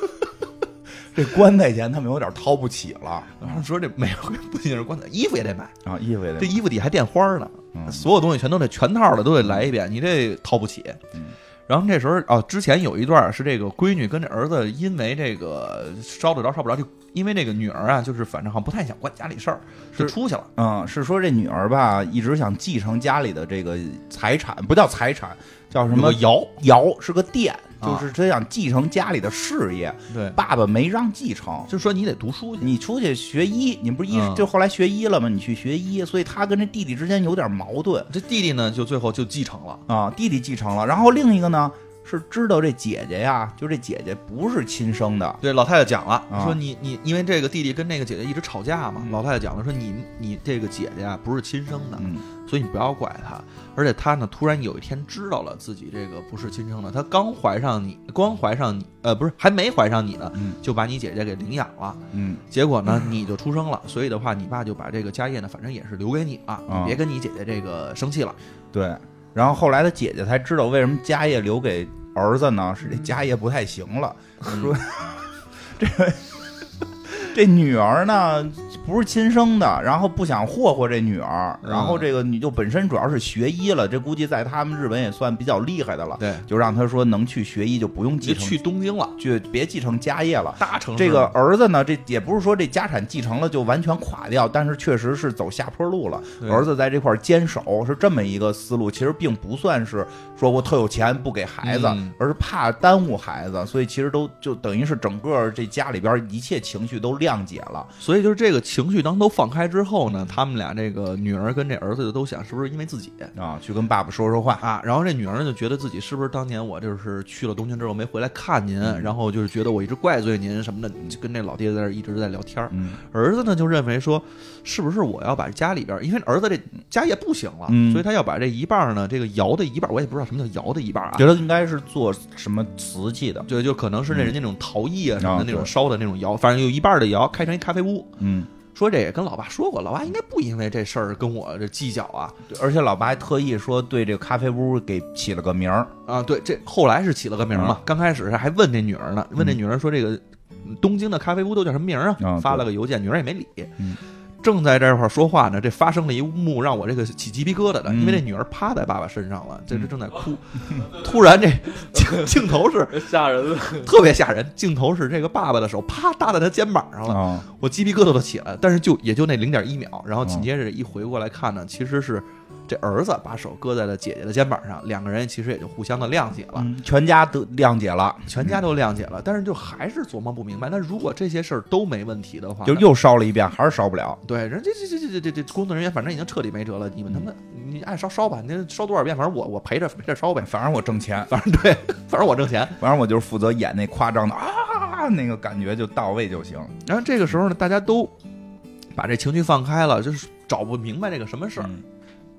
S2: (laughs) 这棺材钱他们有点掏不起了
S3: 然后说这每回不仅是棺材，衣服也得买，
S2: 啊，意味着
S3: 嗯这衣服底还垫花儿呢，所有东西全都得全套的都得来一遍，你这掏不起。
S2: 嗯
S3: 然后这时候啊，之前有一段是这个闺女跟这儿子因为这个烧得着烧不着，就因为这个女儿啊，就是反正好像不太想管家里事儿，就是出去了。
S2: 嗯，是说这女儿吧，一直想继承家里的这个财产，不叫财产，叫什么
S3: 有个窑？
S2: 窑是个店，就
S3: 啊
S2: 是她想继承家里的事业，
S3: 对，
S2: 爸爸没让继承。
S3: 就说你得读书去。
S2: 你出去学医，你不是医、
S3: 嗯
S2: 就后来学医了吗？你去学医，所以他跟这弟弟之间有点矛盾
S3: 这弟弟呢，就最后就继承了。
S2: 啊。弟弟继承了，然后另一个呢是知道这姐姐呀，就这姐姐不是亲生的，
S3: 对，老太太讲了，
S2: 啊
S3: 说你你因为这个弟弟跟那个姐姐一直吵架嘛，老太太讲了说你你这个姐姐啊不是亲生的，
S2: 嗯
S3: 所以你不要怪她。而且她呢，突然有一天知道了自己这个不是亲生的，她刚怀上你，刚怀上你，呃，不是还没怀上你呢，
S2: 嗯
S3: 就把你姐姐给领养了。
S2: 嗯
S3: 结果呢，你就出生了，所以的话，你爸就把这个家业呢，反正也是留给你了，
S2: 啊
S3: 你别跟你姐姐这个生气了。
S2: 对，然后后来他姐姐才知道为什么家业留给儿子呢，是这家业不太行了，(laughs)
S3: 嗯
S2: 说这个这女儿呢不是亲生的，然后不想霍霍这女儿，然
S3: 嗯
S2: 后这个你就本身主要是学医了，这估计在他们日本也算比较厉害的了，
S3: 对，
S2: 就让他说能去学医就不用
S3: 就
S2: 继承，
S3: 去嗯东京了，
S2: 就别继承家业了。
S3: 大城市
S2: 这个儿子呢，这也不是说这家产继承了就完全垮掉，但是确实是走下坡路了。
S3: 对
S2: 儿子在这块儿坚守是这么一个思路，其实并不算是说我特有钱不给孩子，
S3: 嗯
S2: 而是怕耽误孩子，所以其实都就等于是整个这家里边一切情绪都谅解了。
S3: 所以就是这个情绪当都放开之后呢，他们俩这个女儿跟这儿子就都想是不是因为自己
S2: 啊，去跟爸爸说说话，
S3: 啊，然后这女儿呢就觉得自己是不是当年我就是去了东京之后没回来看您，
S2: 嗯
S3: 然后就是觉得我一直怪罪您什么的，就跟那老爹在这儿一直在聊天儿。
S2: 嗯，
S3: 儿子呢就认为说，是不是我要把家里边儿，因为儿子这家业不行了，
S2: 嗯
S3: 所以他要把这一半儿呢，这个摇的一半儿，我也不知道什么叫摇的一半儿啊，
S2: 觉得应该是做什么瓷器的，
S3: 就就可能是那人家那种陶艺啊什
S2: 嗯
S3: 么
S2: 啊
S3: 的那种
S2: 对
S3: 烧的那种窑，反正有一半儿的窑开成一咖啡屋。
S2: 嗯，
S3: 说这也跟老爸说过，老爸应该不因为这事儿跟我这计较啊
S2: 而且老爸还特意说对这个咖啡屋给起了个名儿，
S3: 啊！对，这后来是起了个名儿
S2: 啊
S3: 嘛，刚开始还问这女儿呢，问这女儿说这个东京的咖啡屋都叫什么名儿啊？
S2: 嗯啊
S3: 发了个邮件，女儿也没理。
S2: 嗯
S3: 正在这块儿说话呢，这发生了一幕让我这个起鸡皮疙瘩的，
S2: 嗯
S3: 因为这女儿趴在爸爸身上了，这是正在哭， (laughs) 突然这镜镜头是
S1: (laughs) 吓人了。
S3: 特别吓人，镜头是这个爸爸的手啪搭在他肩膀上了，
S2: 啊，
S3: 我鸡皮疙瘩都起来了，但是就也就那零点一秒，然后
S2: 嗯
S3: 紧接着一回过来看呢，其实是这儿子把手搁在了姐姐的肩膀上，两个人其实也就互相的谅解了，
S2: 嗯全家都谅解了，
S3: 全家都谅解了，但是就还是琢磨不明白，那如果这些事儿都没问题的话，
S2: 嗯就又烧了一遍，还是烧不了，
S3: 对人这这这这这这这工作人员反正已经彻底没辙了，你们他妈你爱烧烧吧，你烧多少遍，反正我我陪着陪着烧呗，
S2: 反正我挣钱，
S3: 反正对，反正我挣钱。
S2: 反正我就是负责演那夸张的啊，那个感觉就到位就行，
S3: 然后这个时候呢，大家都把这情绪放开了，就是找不明白这个什么事儿。
S2: 嗯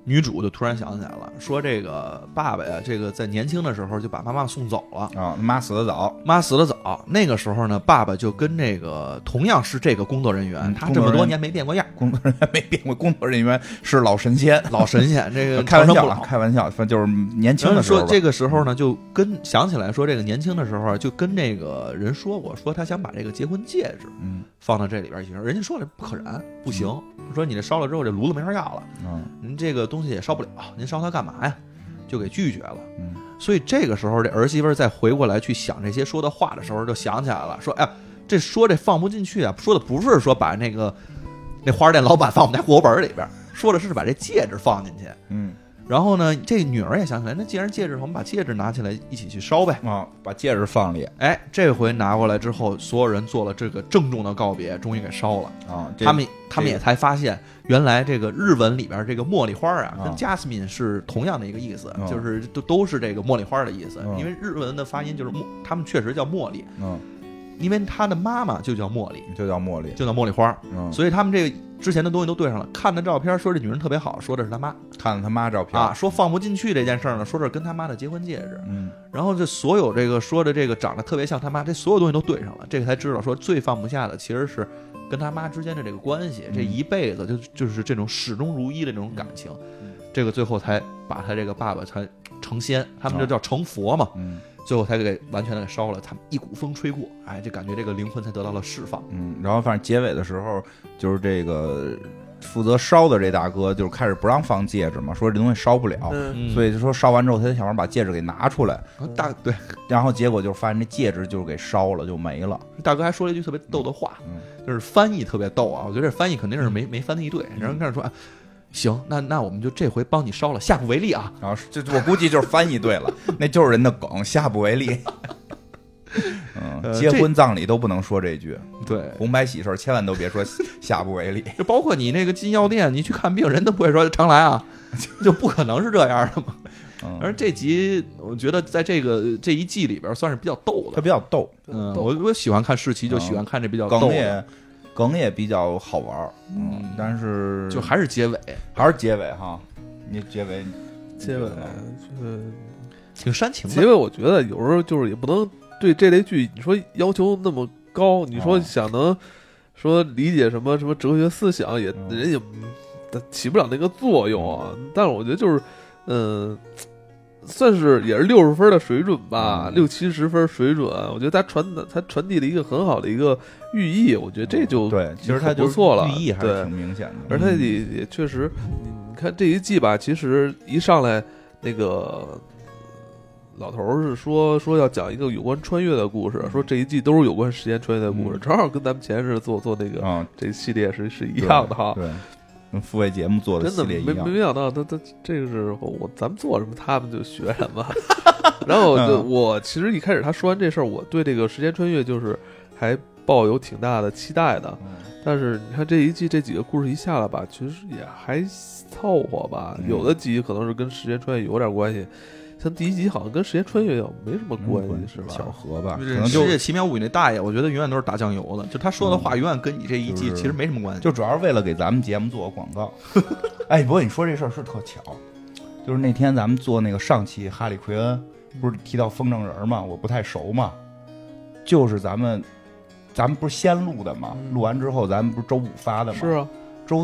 S3: 女主就突然想起来了，说这个爸爸呀，这个在年轻的时候就把妈妈送走了，
S2: 啊，他妈死得早，
S3: 妈死的早。那个时候呢，爸爸就跟这个同样是这个工作人员，
S2: 嗯
S3: 他
S2: 工
S3: 这
S2: 作
S3: 么
S2: 人
S3: 多
S2: 员
S3: 年没变过样，
S2: 工作人员 (laughs) 没变过，工作人员是老神仙，
S3: (laughs) 老神仙，这个
S2: (laughs) 开玩
S3: 嗯长生
S2: 笑
S3: 不
S2: 了，
S3: 老。
S2: 开玩笑，反正就是年轻
S3: 然后
S2: 的时
S3: 说
S2: 候吧，
S3: 这个时
S2: 嗯
S3: 候呢，就跟想起来说这个年轻的时候啊就跟那个人说过，说他想把这个结婚戒指
S2: 嗯
S3: 放到这里边去，人家说了不可燃，不行，说你这烧了之后这炉子没法要了。
S2: 嗯
S3: 您这个东西也烧不了，您烧它干嘛呀？就给拒绝了。
S2: 嗯，
S3: 所以这个时候，这儿媳妇儿再回过来去想这些说的话的时候，就想起来了，说：“哎呀，这说这放不进去啊，说的不是说把那个那花店老板放我们家户口本里边，说的是把这戒指放进去。
S2: 嗯
S3: 然后呢，这女儿也想起来，那既然戒指，我们把戒指拿起来一起去烧呗。
S2: 啊，把戒指放里
S3: 哎，这回拿过来之后，所有人做了这个郑重的告别，终于给烧了。”
S2: 啊，这
S3: 他们他们也
S2: 这
S3: 才发现，原来这个日文里边这个茉莉花啊，
S2: 啊
S3: 跟 jasmine 是同样的一个意思，
S2: 嗯
S3: 就是都都是这个茉莉花的意思。
S2: 嗯
S3: 因为日文的发音就是茉，他们确实叫茉莉，
S2: 嗯，
S3: 因为他的妈妈就叫茉莉，
S2: 就叫茉莉，
S3: 就叫茉莉花，
S2: 嗯，
S3: 所以他们这个之前的东西都对上了。看的照片说这女人特别好，说的是他妈
S2: 看了他妈照片
S3: 啊，，说放不进去这件事儿呢，说这是跟他妈的结婚戒指。
S2: 嗯
S3: 然后这所有这个说的这个长得特别像他妈，这所有东西都对上了，这个才知道说最放不下的其实是跟他妈之间的这个关系，这一辈子就就是这种始终如一的这种感情，这个最后才把他这个爸爸才成仙，他们就叫成佛嘛，
S2: 嗯
S3: 最后才给完全的给烧了，他们一股风吹过，哎，就感觉这个灵魂才得到了释放。
S2: 嗯，然后反正结尾的时候就是这个负责烧的这大哥就是开始不让放戒指嘛，说这东西烧不了。
S1: 嗯，
S2: 所
S3: 以
S2: 以就说烧完之后，他得想办法把戒指给拿出来，
S3: 大对
S2: 然后结果就发现这戒指就是给烧了，就没了。
S3: 大哥还说了一句特别逗的话，
S2: 嗯
S3: 就是翻译特别逗啊，我觉得这翻译肯定是没没翻译对，然后开始说。啊行，那那我们就这回帮你烧了，下不为例啊！
S2: 然后这我估计就是翻译对了，那就是人的梗，下不为例。嗯，
S3: 呃
S2: 结
S3: 这
S2: 婚葬礼都不能说这句，
S3: 对，
S2: 红白喜事儿千万都别说下不为例。
S3: 就包括你那个进药店，你去看病，人都不会说常来
S2: (laughs)
S3: 啊，就不可能是这样的嘛。
S2: 嗯，
S3: 而这集我觉得在这个这一季里边算是比较逗
S2: 他
S3: 的，
S2: 比较逗，嗯
S3: 嗯，我我喜欢看世奇，就喜欢看这比较逗
S2: 梗
S3: 的，
S2: 也梗也比较好玩儿。
S3: 嗯
S2: 嗯，但是
S3: 就还是结尾
S2: 还是结尾哈，你结尾
S1: 结尾
S2: 你觉得呢，
S1: 呃，
S3: 挺煽情
S1: 结
S3: 的。
S1: 尾我觉得有时候就是也不能对这类剧你说要求那么高，你说
S2: 哦
S1: 想能说理解什么什么哲学思想也
S2: 嗯
S1: 人也不起不了那个作用啊。但是我觉得就是，嗯。算是也是六十分的水准吧，
S2: 嗯
S1: 六七十分水准，我觉得它传达它传递了一个很好的一个寓意，我觉得这就
S2: 嗯对，其实它
S1: 很
S2: 就
S1: 不错了
S2: 寓意还
S1: 对
S2: 是挺明显的。
S1: 而他也也确实，你你看这一季吧，其实一上来那个老头儿是说说要讲一个有关穿越的故事，说这一季都是有关时间穿越的故事，
S2: 嗯
S1: 正好跟咱们前日做做那个、
S2: 啊，
S1: 这系列是是一样的哈。
S2: 对，跟付费节目做的
S1: 真
S2: 系
S1: 的
S2: 列一
S1: 没没想
S2: 样。
S1: 到，他他这个是我咱们做什么，他们就学什
S2: (laughs)
S1: 么。然后我就
S2: 嗯
S1: 我其实一开始他说完这事儿，我对这个时间穿越就是还抱有挺大的期待的。
S2: 嗯
S1: 但是你看这一季这几个故事一下来吧，其实也还凑合吧。
S2: 嗯
S1: 有的集可能是跟时间穿越有点关系，像第一集好像跟时间穿越没什么关系，是
S2: 嗯巧
S1: 吧？
S2: 合吧？可
S3: 就是
S2: 能
S3: 世
S2: 就
S3: 界奇妙物语》那大爷，我觉得永远都是打酱油的，就他说的话永远跟你这一季
S2: 就是
S3: 其实没什么关系。
S2: 就主要是为了给咱们节目做个广告。 (laughs) 哎，不过你说这事儿是特巧，就是那天咱们做那个上期哈利奎恩，不是提到风筝人儿嘛，我不太熟嘛，就是咱们咱们不是先录的嘛，
S1: 嗯
S2: 录完之后咱们不是周五发的嘛，
S1: 是啊，
S2: 周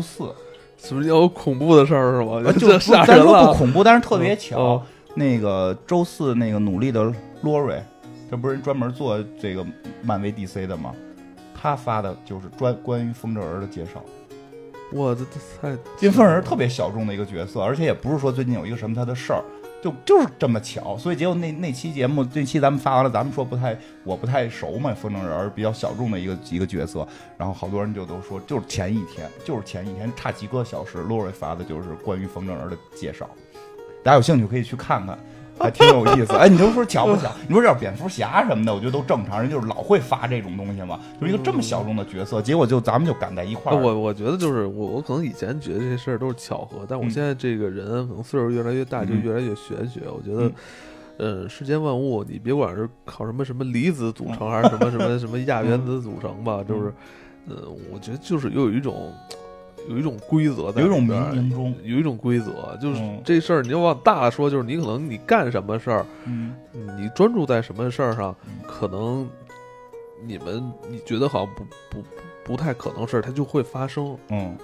S1: (laughs)
S2: 四，呃
S1: 是不是有恐怖的事儿是 (laughs) 吗？
S2: 啊就
S1: 吓
S2: 咱
S1: 人
S2: 说不
S1: 了。
S2: 恐怖，但是特别巧，
S1: 哦
S2: 那个周四那个努力的洛瑞，这不是专门做这个漫威 DC 的吗？他发的就是专关于风筝人儿的介绍。
S1: 我这这太
S2: 金凤人特别小众的一个角色，而且也不是说最近有一个什么他的事儿，就就是这么巧。所以结果那那期节目，这期咱们发完了，咱们说不太我不太熟嘛，风筝人儿比较小众的一个一个角色，然后好多人就都说就是前一天，就是前一天差几个小时，洛瑞发的就是关于风筝人的介绍，大家有兴趣可以去看看。还挺有意思，哎，你就说巧不巧？你说要是蝙蝠侠什么的，我觉得都正常，人就是老会发这种东西嘛，就是一个这么小众的角色，结果就咱们就赶在一块
S1: 那
S2: 儿了，
S1: 呃嗯我我觉得就是我我可能以前觉得这些事儿都是巧合，但我
S2: 嗯
S1: 现在这个人可能岁数越来越大，就
S2: 嗯
S1: 越来越玄学。我觉得，呃，世间万物，你别管是靠什么什么离子组
S2: 嗯
S1: 成，还是什么什么什么亚原子组成吧，就是，呃，我觉得就是又有一种有一种规则在
S2: 有一种
S1: 里
S2: 冥
S1: 边儿，
S2: 冥中，
S1: 有一种规则，就是
S2: 嗯
S1: 这事儿你要往大了说，就是你可能你干什么事儿，
S2: 嗯。
S1: 你专注在什么事儿上
S2: 嗯，
S1: 可能你们你觉得好像不不不不太可能的事儿，它就会发生。
S2: 嗯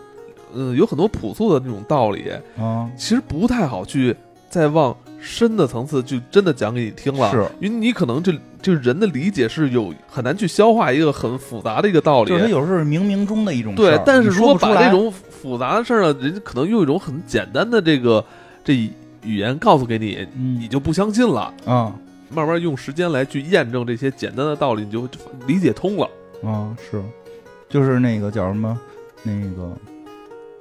S1: 嗯，有很多朴素的那种道理，
S2: 啊，
S1: 其实不太好去再往深的层次去真的讲给你听了。
S2: 是，
S1: 因为你可能这这人的理解是有很难去消化一个很复杂的一个道理
S2: 就是。他有时候是冥冥中的一种事
S1: 对
S2: 儿，
S1: 但是
S2: 你
S1: 如
S2: 说
S1: 果
S2: 不出
S1: 把这
S2: 来，
S1: 种复杂的事儿呢，人家可能用一种很简单的这个这语言告诉给你，你
S2: 嗯
S1: 就不相信了。
S2: 啊
S1: 慢慢用时间来去验证这些简单的道理，你就理解通了。
S2: 啊是，就是那个叫什么，那个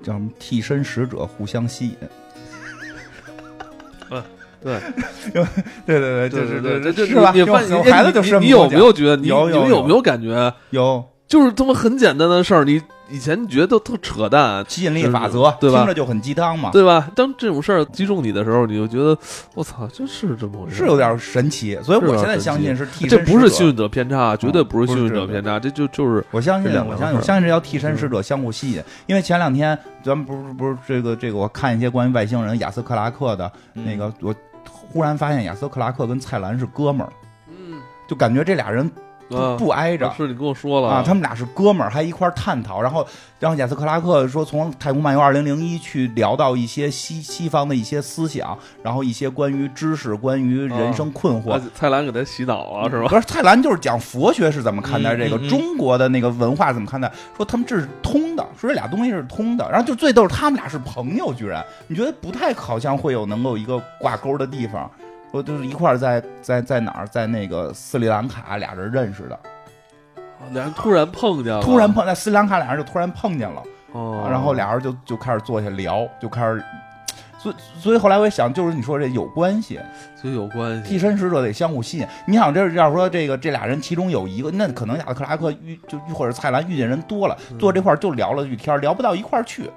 S2: 叫什么替身使者互相吸引，
S1: (laughs)
S2: (laughs)
S1: 对，
S2: 对对
S1: 对对对，这
S2: 是吧？
S1: 你发现
S2: 有
S1: 哎
S2: 孩子
S1: 你
S2: 就
S1: 你
S2: 是
S1: 你有没有觉得你
S2: 有
S1: 你
S2: 有
S1: 们
S2: 有
S1: 有没有感觉？
S2: 有
S1: 就是他妈很简单的事儿，你以前觉得特扯淡，
S2: 吸引力
S1: 就是
S2: 法则，
S1: 对吧
S2: 听着就很鸡汤嘛，
S1: 对吧？当这种事儿击中你的时候，你就觉得我操，这是这么回事
S2: 是
S1: 儿？
S2: 有点神奇，所以
S1: 是有
S2: 我
S1: 点
S2: 现在
S1: 神
S2: 相
S1: 奇
S2: 信是替
S1: 这
S2: 身
S1: 不
S2: 使
S1: 是
S2: 者
S1: 幸运者偏差，绝对不是幸运者偏差，这就就是
S2: 我相
S1: 这
S2: 信，
S1: 两
S2: 我
S1: 个
S2: 相
S1: 事儿
S2: 信，
S1: 嗯
S2: 我相信这叫替身使者相互吸引。因为前两天咱们不是不是这个这个，我看一些关于外星人亚瑟克拉克的
S1: 嗯
S2: 那
S3: 嗯
S2: 个，我忽然发现亚瑟克拉克跟蔡澜是哥们儿，
S1: 嗯
S2: 就感觉这俩人
S1: 啊
S2: 不，不挨着。
S1: 是你跟我说了
S2: 啊，他们俩是哥们儿，还一块儿探讨，然后，然后亚瑟克拉克说从《太空漫游2001》去聊到一些西西方的一些思想，然后一些关于知识、关于人生困惑
S1: 啊，蔡澜给他嗯洗脑了是吧？
S2: 嗯不是蔡澜就是讲佛学是怎么看待这个、
S3: 嗯嗯嗯
S2: 中国的那个文化怎么看待，说他们这是通的，说这俩东西是通的。然后就最逗是他们俩是朋友，居然你觉得不太好像会有能够一个挂钩的地方。说就是一块儿在在在哪儿，在那个斯里兰卡俩人认识的，
S1: 俩人突然碰见了，
S2: 突然碰在斯里兰卡俩人就突然碰见了，
S1: 哦，
S2: 然后俩人就就开始坐下聊，就开始。所以所以后来我也想，就是你说这有关系，
S1: 就有关
S2: 替
S1: 系，
S2: 身使者得相互吸引。你想，这要说这个这俩人其中有一个，那可能亚特克拉克遇就或者蔡澜遇见人多了，坐这块儿就聊了句天儿，聊不到一块儿去，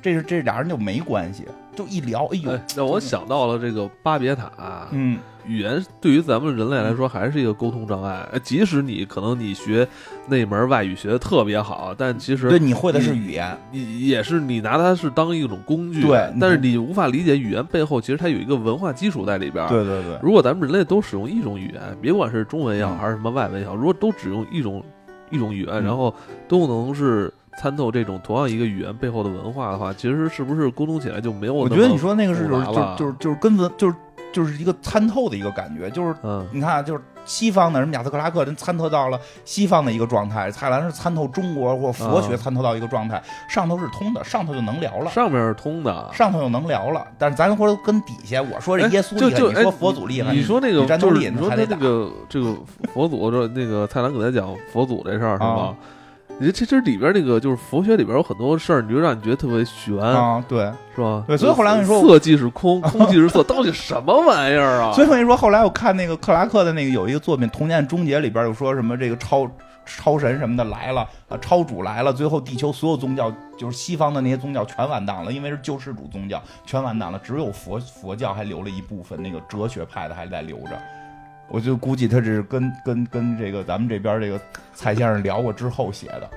S2: 这是这俩人就没关系，就一聊，哎呦，
S1: 哎，让我想到了这个巴别塔，
S2: 嗯，
S1: 语言对于咱们人类来说还是一个沟通障碍。呃即使你可能你学那门外语学的特别好，但其
S2: 对，
S1: 实
S2: 你会的是语言，
S1: 你也是你拿它是当一种工具，啊
S2: 对你
S1: 但是你无法理解语言背后其实它有一个文化基础在里边。，
S2: 对对对，
S1: 如果咱们人类都使用一种语言，别管是中文也好
S2: 嗯
S1: 还是什么外文也好，如果都只用一种一种语言，
S2: 嗯
S1: 然后都能是。参透这种同样一个语言背后的文化的话，其实是不是沟通起来就没有？
S2: 我觉得你，说那个是就是
S1: 复杂
S2: 就
S1: 了
S2: 就是就是跟文就是就是一个参透的一个感觉，就是
S1: 嗯，
S2: 你看啊，就是西方的什么亚特克拉克，人参透到了西方的一个状态，蔡澜是参透中国或佛学
S1: 啊
S2: 参透到一个状态，上头是通的，上头就能聊了。
S1: 上面是通的，
S2: 上头又能聊了，但是咱或者跟底下，我说这
S1: 哎
S2: 耶稣
S1: 就
S2: 厉害，
S1: 就
S2: 你
S1: 哎
S2: 说佛祖厉害，
S1: 你说那个
S2: 你战斗
S1: 就是
S2: 力
S1: 你说
S2: 还
S1: 他
S2: 得
S1: 那个这个佛祖这那个蔡澜给他讲佛祖这事儿是
S2: 啊
S1: 吗？你这这里边那个就是佛学里边有很多事儿，你就让你觉得特别悬，
S2: 啊，对，
S1: 是吧？
S2: 对所以后来我跟你说
S1: 色即是空，空即是色，到底什么玩意儿啊？
S2: 所以我跟你说，后来我看那个克拉克的那个有一个作品《童年终结》里边有说什么这个超超神什么的来了啊，超主来了，最后地球所有宗教就是西方的那些宗教全完蛋了，因为是救世主宗教全完蛋了，只有佛佛教还留了一部分那个哲学派的还在留着。我就估计他这是跟跟跟这个咱们这边这个蔡先生聊过之后写的，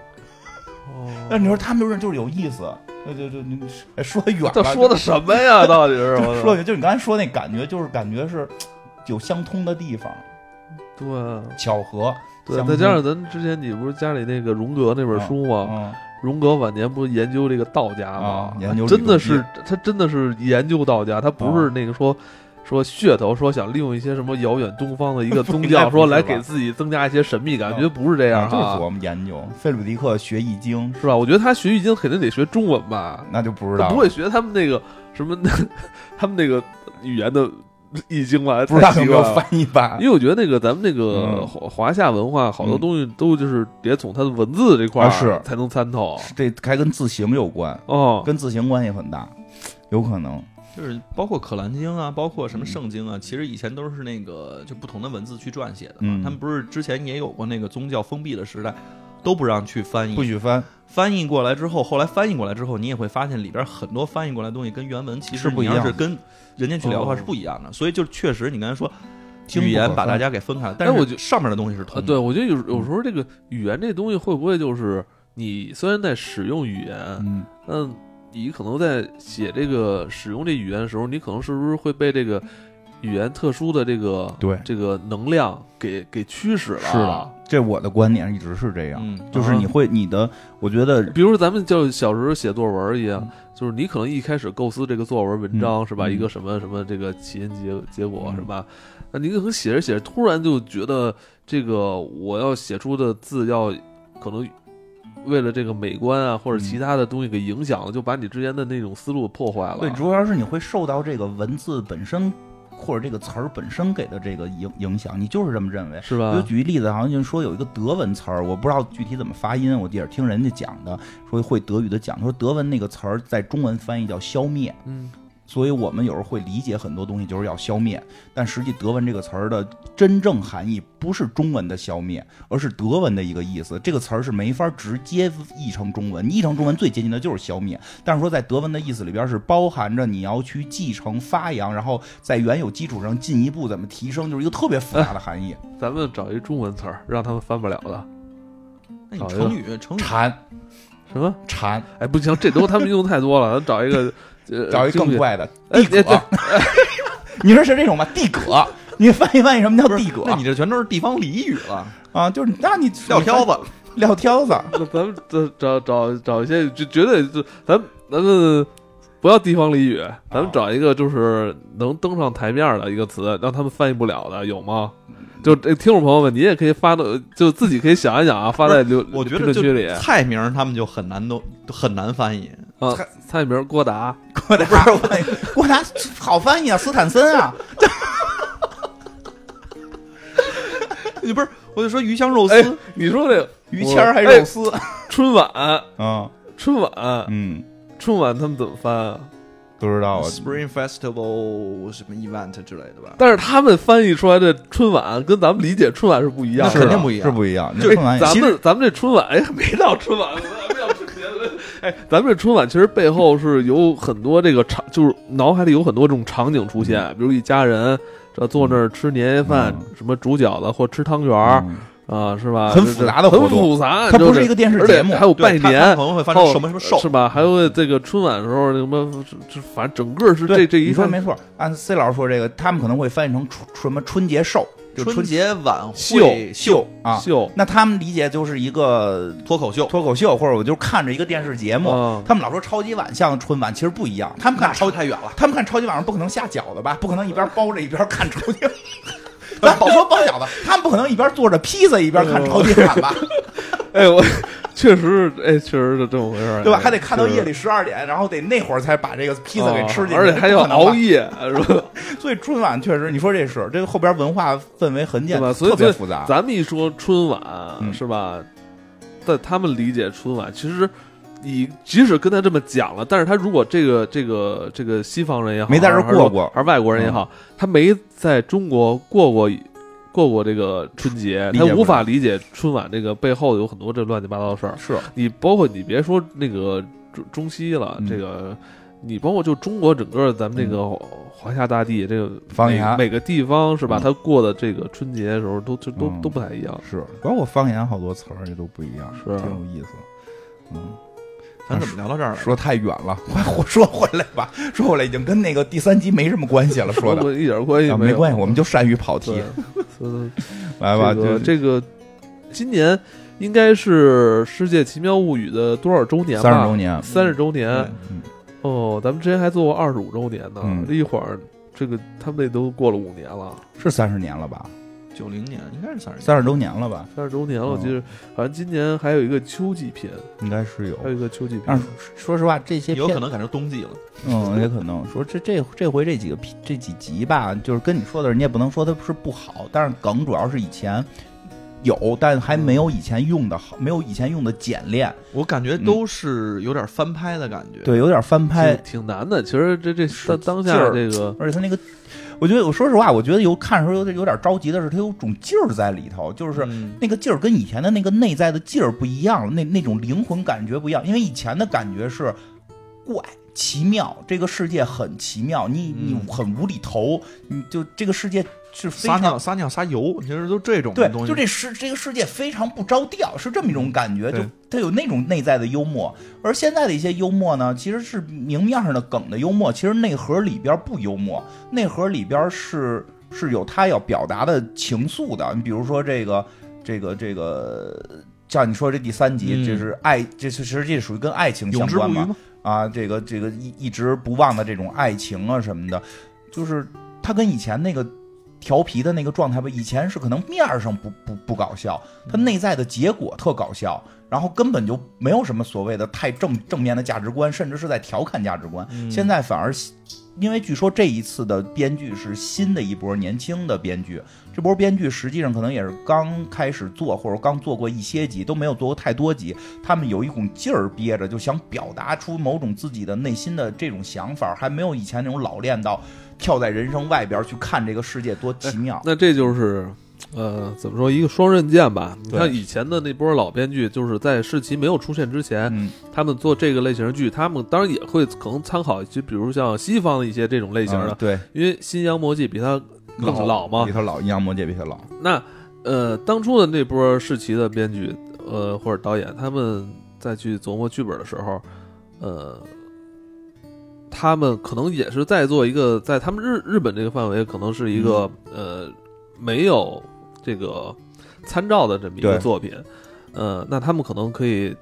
S1: 哦，
S2: 但你说他们就是有意思，那就就你哎说远了，
S1: 这说的什么呀？到底是
S2: 就
S1: 我
S2: (laughs) 说远，就你刚才说那感觉，就是感觉是有相通的地方，
S1: 对啊
S2: 巧合，
S1: 对，
S2: 相
S1: 再
S2: 通
S1: 加上咱之前你不是家里那个荣格那本书吗？
S2: 嗯，
S1: 荣格晚年不是研究这个道家吗
S2: 啊？研究理
S1: 真的
S2: 论啊
S1: 是他真的是研究道家，他不是那个说。说噱头，说想利用一些什么遥远东方的
S2: (laughs)
S1: 一个宗
S2: 应该
S1: 教，
S2: 不是
S1: 说来
S2: 吧
S1: 给自己增加一些神秘感，
S2: 啊
S1: 觉得不是这样
S2: 就是
S1: 哈，
S2: 琢磨研究。费鲁迪克学易经，
S1: 是吧？我觉得他学易经肯定得学中文吧，
S2: 那就不知
S1: 他
S2: 道，
S1: 不会学他们那个什么， (laughs) 他们那个语言的易经吧？
S2: 不知道
S1: 太奇
S2: 有没
S1: 怪
S2: 有
S1: 了
S2: 翻译版
S1: 因。为我觉得那个咱们那个
S2: 嗯
S1: 华华夏文化好多
S2: 嗯
S1: 东西都就是得从它的文字这块
S2: 啊
S1: 儿
S2: 是
S1: 才能参透
S2: 这还跟字形有关，
S1: 哦。
S2: 跟字形关系很大，有可能。
S3: 就是包括《可兰经》啊，包
S2: 嗯
S3: 括什么圣经啊，其实以前都是那个就不同的文字去撰写的嘛。
S2: 嗯
S3: 他们不是之前也有过那个宗教封闭的时代，都不让去翻译，
S2: 不许翻，
S3: 翻译过来之后，后来翻译过来之后，你也会发现里边很多翻译过来的东西跟原文其
S2: 是
S3: 实
S2: 不一样
S3: 你要是跟人家去聊的话
S1: 哦
S3: 是不一样的，所以就确实你刚才说
S2: 经不
S3: 语
S2: 可
S3: 言把
S2: 分
S3: 大家给分开了，
S1: 哎
S3: 但
S1: 我
S3: 是
S1: 就
S3: 上面的东西是
S1: 啊，
S3: 通的。
S2: 嗯
S1: 对，我觉得有有时候这个语言这东西会不会就是你虽然在使用语言，
S2: 嗯，
S1: 但你可能在写这个使用这语言的时候，你可能是不是会被这个语言特殊的这个
S2: 对
S1: 这个能量给给驱使了？啊
S2: 是的，这我的观点一直是这样，
S3: 嗯，
S2: 就是你会你的，我觉得
S1: 比如咱们就小时候写作文一样
S2: 嗯，
S1: 就是你可能一开始构思这个作文文章
S2: 嗯
S1: 是吧？
S2: 嗯
S1: 一个什么什么这个起因结结果
S2: 嗯
S1: 是吧？那你可能写着写着，突然就觉得这个我要写出的字要可能为了这个美观啊或者
S2: 嗯
S1: 其他的东西给影响了，就把你之前的那种思路破坏了。
S2: 对，主要是你会受到这个文字本身或者这个词儿本身给的这个影影响，你就是这么认为。
S1: 是
S2: 我就
S1: 吧？
S2: 举一例子，好像就是说有一个德文词儿，我不知道具体怎么发音，我也是听人家讲的，说会德语的讲，他说德文那个词儿在中文翻译叫消灭，
S1: 嗯，
S2: 所以我们有时候会理解很多东西就是要消灭，但实际德文这个词儿的真正含义不是中文的消灭，而是德文的一个意思。这个词儿是没法直接译成中文，你译成中文最接近的就是消灭，但是说在德文的意思里边是包含着你要去继承、发扬，然后在原有基础上进一步怎么提升，就是一个特别复杂的含义。
S1: 咱们找一中文词儿，让他们翻不了的。
S3: 那你成语成语
S2: 禅
S1: 什么？
S2: 禅，
S1: 哎，不行，这都他们用太多了，咱找一个，呃
S2: (laughs) 找一
S1: 经
S2: 更
S1: 典
S2: 怪的
S1: 哎
S2: 地
S1: 哎对
S2: 啊葛，你说是这种吗？地葛，你翻译翻译什么叫地葛
S3: 那你这全都是地方俚语 (laughs) 了，
S2: 啊？就是那你
S3: 撂挑
S2: 子，
S3: 子。
S2: 撂挑 (laughs) 子。
S1: 那咱们这找找找一些，就绝对就咱们咱们不要地方俚语，咱
S3: 啊
S1: 们找一个就是能登上台面的一个词，让他们翻译不了的，有吗？就
S3: 嗯
S1: 这听众朋友们，你也可以发到，就自己可以想一想啊，发在留
S3: (laughs) 我觉
S1: 评
S3: 得
S1: 论
S3: 就
S1: 区里
S3: 菜名儿他们就很难都很难翻译。
S1: 啊
S2: 菜。
S1: 蔡明、郭达，
S2: 郭达，翻译，郭达啊好翻译啊，斯坦森 (laughs) 啊，
S3: 你哎不是，我就说鱼香肉丝
S1: 哎，你说这
S2: 于谦儿还
S1: 哎
S2: 肉丝
S1: 春晚，
S2: 啊，
S1: 春晚，
S2: 嗯，
S1: 春晚他们怎么翻啊？
S2: 不知道啊，
S3: 哦 Spring Festival 什么 event 之类的吧？
S1: 但是他们翻译出来的春晚跟咱们理解春晚是不一样
S3: 那
S1: 的，
S2: 是
S3: 肯
S2: 的
S3: 定不一样
S2: 是不一样。
S1: 就
S2: 春晚
S1: 咱
S2: 哎其实
S1: 们咱们这春晚，哎，没到春晚，咱们要春节了。哎，咱们这春晚其实背后是有很多这个场，就是脑海里有很多这种场景出现，比如一家人这坐那儿吃年夜饭，
S2: 嗯
S1: 什么煮饺子或吃汤圆儿、
S2: 嗯
S1: 啊，是吧？
S2: 很
S1: 这
S2: 复杂的
S1: 很
S2: 活动
S1: 复杂，
S2: 它
S1: 就
S2: 不是一个电视
S1: 而且
S2: 节目
S1: 还有
S3: 对
S1: 拜
S3: 他
S1: 年
S3: 他。可能会发生
S1: 哦
S3: 什么什么寿
S1: 是吧？还有这个春晚的时候，那什么，这反正整个是这
S2: 对
S1: 这一
S2: 你说
S1: 份
S2: 没错，按 C 老师说这个，他们可能会翻译成春什么春节寿，就
S3: 春节晚
S1: 秀
S3: 会秀
S2: 啊。
S1: 秀
S2: 那他们理解就是一个
S3: 脱口秀，
S2: 脱口秀，或者我就看着一个电视节目。
S1: 啊，
S2: 他们老说超级晚像春晚，其实不一样。他们看超
S3: 超太远了。
S2: 他们看超级晚上不可能下饺子吧？不可能一边包着一边看超
S1: (laughs)
S2: 级。咱好说包饺子，他们不可能一边做着披萨一边看超级碗
S1: (laughs)
S2: 吧，
S1: 哎，我确实，哎，确实是这么回事儿，
S2: 对吧？
S1: 哎
S2: 还得看到
S1: 是
S2: 夜里十二点，然后得那会儿才把这个披萨给吃进去，
S1: 啊而且还
S2: 这
S1: 要
S2: 不可能吧
S1: 熬。夜，是吧？
S2: 所以春晚确实，你说这是这个后边文化氛围很简
S1: 对吧
S2: 单，
S1: 所以
S2: 特别
S1: 这
S2: 复杂。
S1: 咱们一说春晚、
S2: 啊嗯
S1: 是吧？在他们理解春晚，其实你即使跟他这么讲了，但是他如果这个这个这个西方人也好，
S2: 没在这儿嗯
S1: 还是
S2: 过过
S1: 还是外国人也好，他没在中国过过过过这个春节，
S2: 理
S1: 他
S2: 解不
S1: 无法
S2: 了
S1: 理解春晚这个背后有很多这乱七八糟的事儿。
S2: 是
S1: 你包括你别说那个中中西了，
S2: 嗯
S1: 这个你包括就中国整个咱们这个华夏大地这个
S2: 方言
S1: 每每个地方是吧？
S2: 嗯
S1: 他过的这个春节的时候都就都
S2: 嗯
S1: 都不太一样。
S2: 是，包括方言好多词儿也都不一样，
S1: 是
S2: 挺有意思。嗯，
S3: 咱怎么聊到这儿了？
S2: 说太远了， (laughs) 快回说回来吧，说回来已经跟那个第三集没什么关系了，说
S1: (laughs)
S2: 的
S1: 跟我一点关系
S2: 啊
S1: 没
S2: 没
S1: 有
S2: 关系，我们就善于跑题
S1: 对，，
S2: (laughs)
S1: 嗯，
S2: 来吧，
S1: 这
S2: 就
S1: 个这个今年应该是《世界奇妙物语》的多少周年吧？
S2: 三十周年，
S1: 三十周年
S3: 对
S2: 嗯
S1: 哦，咱们之前还做过二十五周年呢，
S2: 嗯
S1: 这一会儿这个他们那都过了五年了，
S2: 是三十年了吧？
S3: 九零年应该是三十，
S2: 三十周年了吧？
S1: 三十周年了，
S2: 嗯
S1: 我记得好像今年还有一个秋季片，
S2: 应该是有
S1: 还有一个秋季
S2: 但
S1: 片
S2: 是，说实话，这些
S3: 有
S2: 片
S3: 可能改成冬季了。
S2: 嗯，也可能说这这这回这几个批这几集吧，就是跟你说的，你也不能说它是不好，但是梗主要是以前有，但还没有以前用的好，没有以前用的简练，
S3: 我感觉都是有点翻拍的感觉。
S2: 嗯对，有点翻拍
S1: 挺。挺难的。其实这这
S2: 是
S1: 当当
S2: 劲
S1: 下
S2: 儿
S1: 这个，
S2: 而且他那个，我觉得我说实话，我觉得有看的时候有点有点着急的是，他有种劲儿在里头，就是
S3: 嗯
S2: 那个劲儿跟以前的那个内在的劲儿不一样了，那那种灵魂感觉不一样。因为以前的感觉是怪奇妙，这个世界很奇妙，你
S3: 嗯
S2: 你很无厘头，你就这个世界是非
S3: 撒
S2: 常
S3: 尿撒尿撒油，其实都这种
S2: 对
S3: 东，西。嗯
S2: 就这世这个世界非常不着调，是这么一种感觉，就
S3: 对
S2: 它有那种内在的幽默。而现在的一些幽默呢，其实是明面上的梗的幽默，其实内核里边不幽默，内核里边是是有他要表达的情愫的。你比如说这个这个这个。像你说这第三集，
S3: 嗯
S2: 这是爱，这是实际属于跟爱情相
S3: 永之
S2: 关
S3: 不
S2: 嘛
S3: 渝？吗？
S2: 啊，这个这个一一直不忘的这种爱情啊什么的，就是他跟以前那个调皮的那个状态吧，以前是可能面儿上不不不搞笑，他内在的结果特搞笑，然后根本就没有什么所谓的太正正面的价值观，甚至是在调侃价值观。
S3: 嗯
S2: 现在反而是，因为据说这一次的编剧是新的一波年轻的编剧，这波编剧实际上可能也是刚开始做，或者刚做过一些集，都没有做过太多集。他们有一股劲儿憋着，就想表达出某种自己的内心的这种想法，还没有以前那种老练到跳在人生外边去看这个世界多奇妙。
S1: 那这就是。呃，怎么说一个双刃剑吧？你
S2: 对
S1: 看以前的那波老编剧，就是在世奇没有出现之前，
S2: 嗯，
S1: 他们做这个类型的剧，他们当然也会可能参考一些，比如像西方的一些这种类型的，
S2: 嗯对，
S1: 因为《新阳魔记》比它更老嘛
S2: 比。他老，阴阳魔界比他老。
S1: 那呃，当初的那波世奇的编剧呃或者导演，他们再去琢磨剧本的时候，呃，他们可能也是在做一个在他们日日本这个范围，可能是一个、
S2: 嗯
S1: 呃没有这个参照的这么一个
S2: 对
S1: 作品。呃，那他们可能可以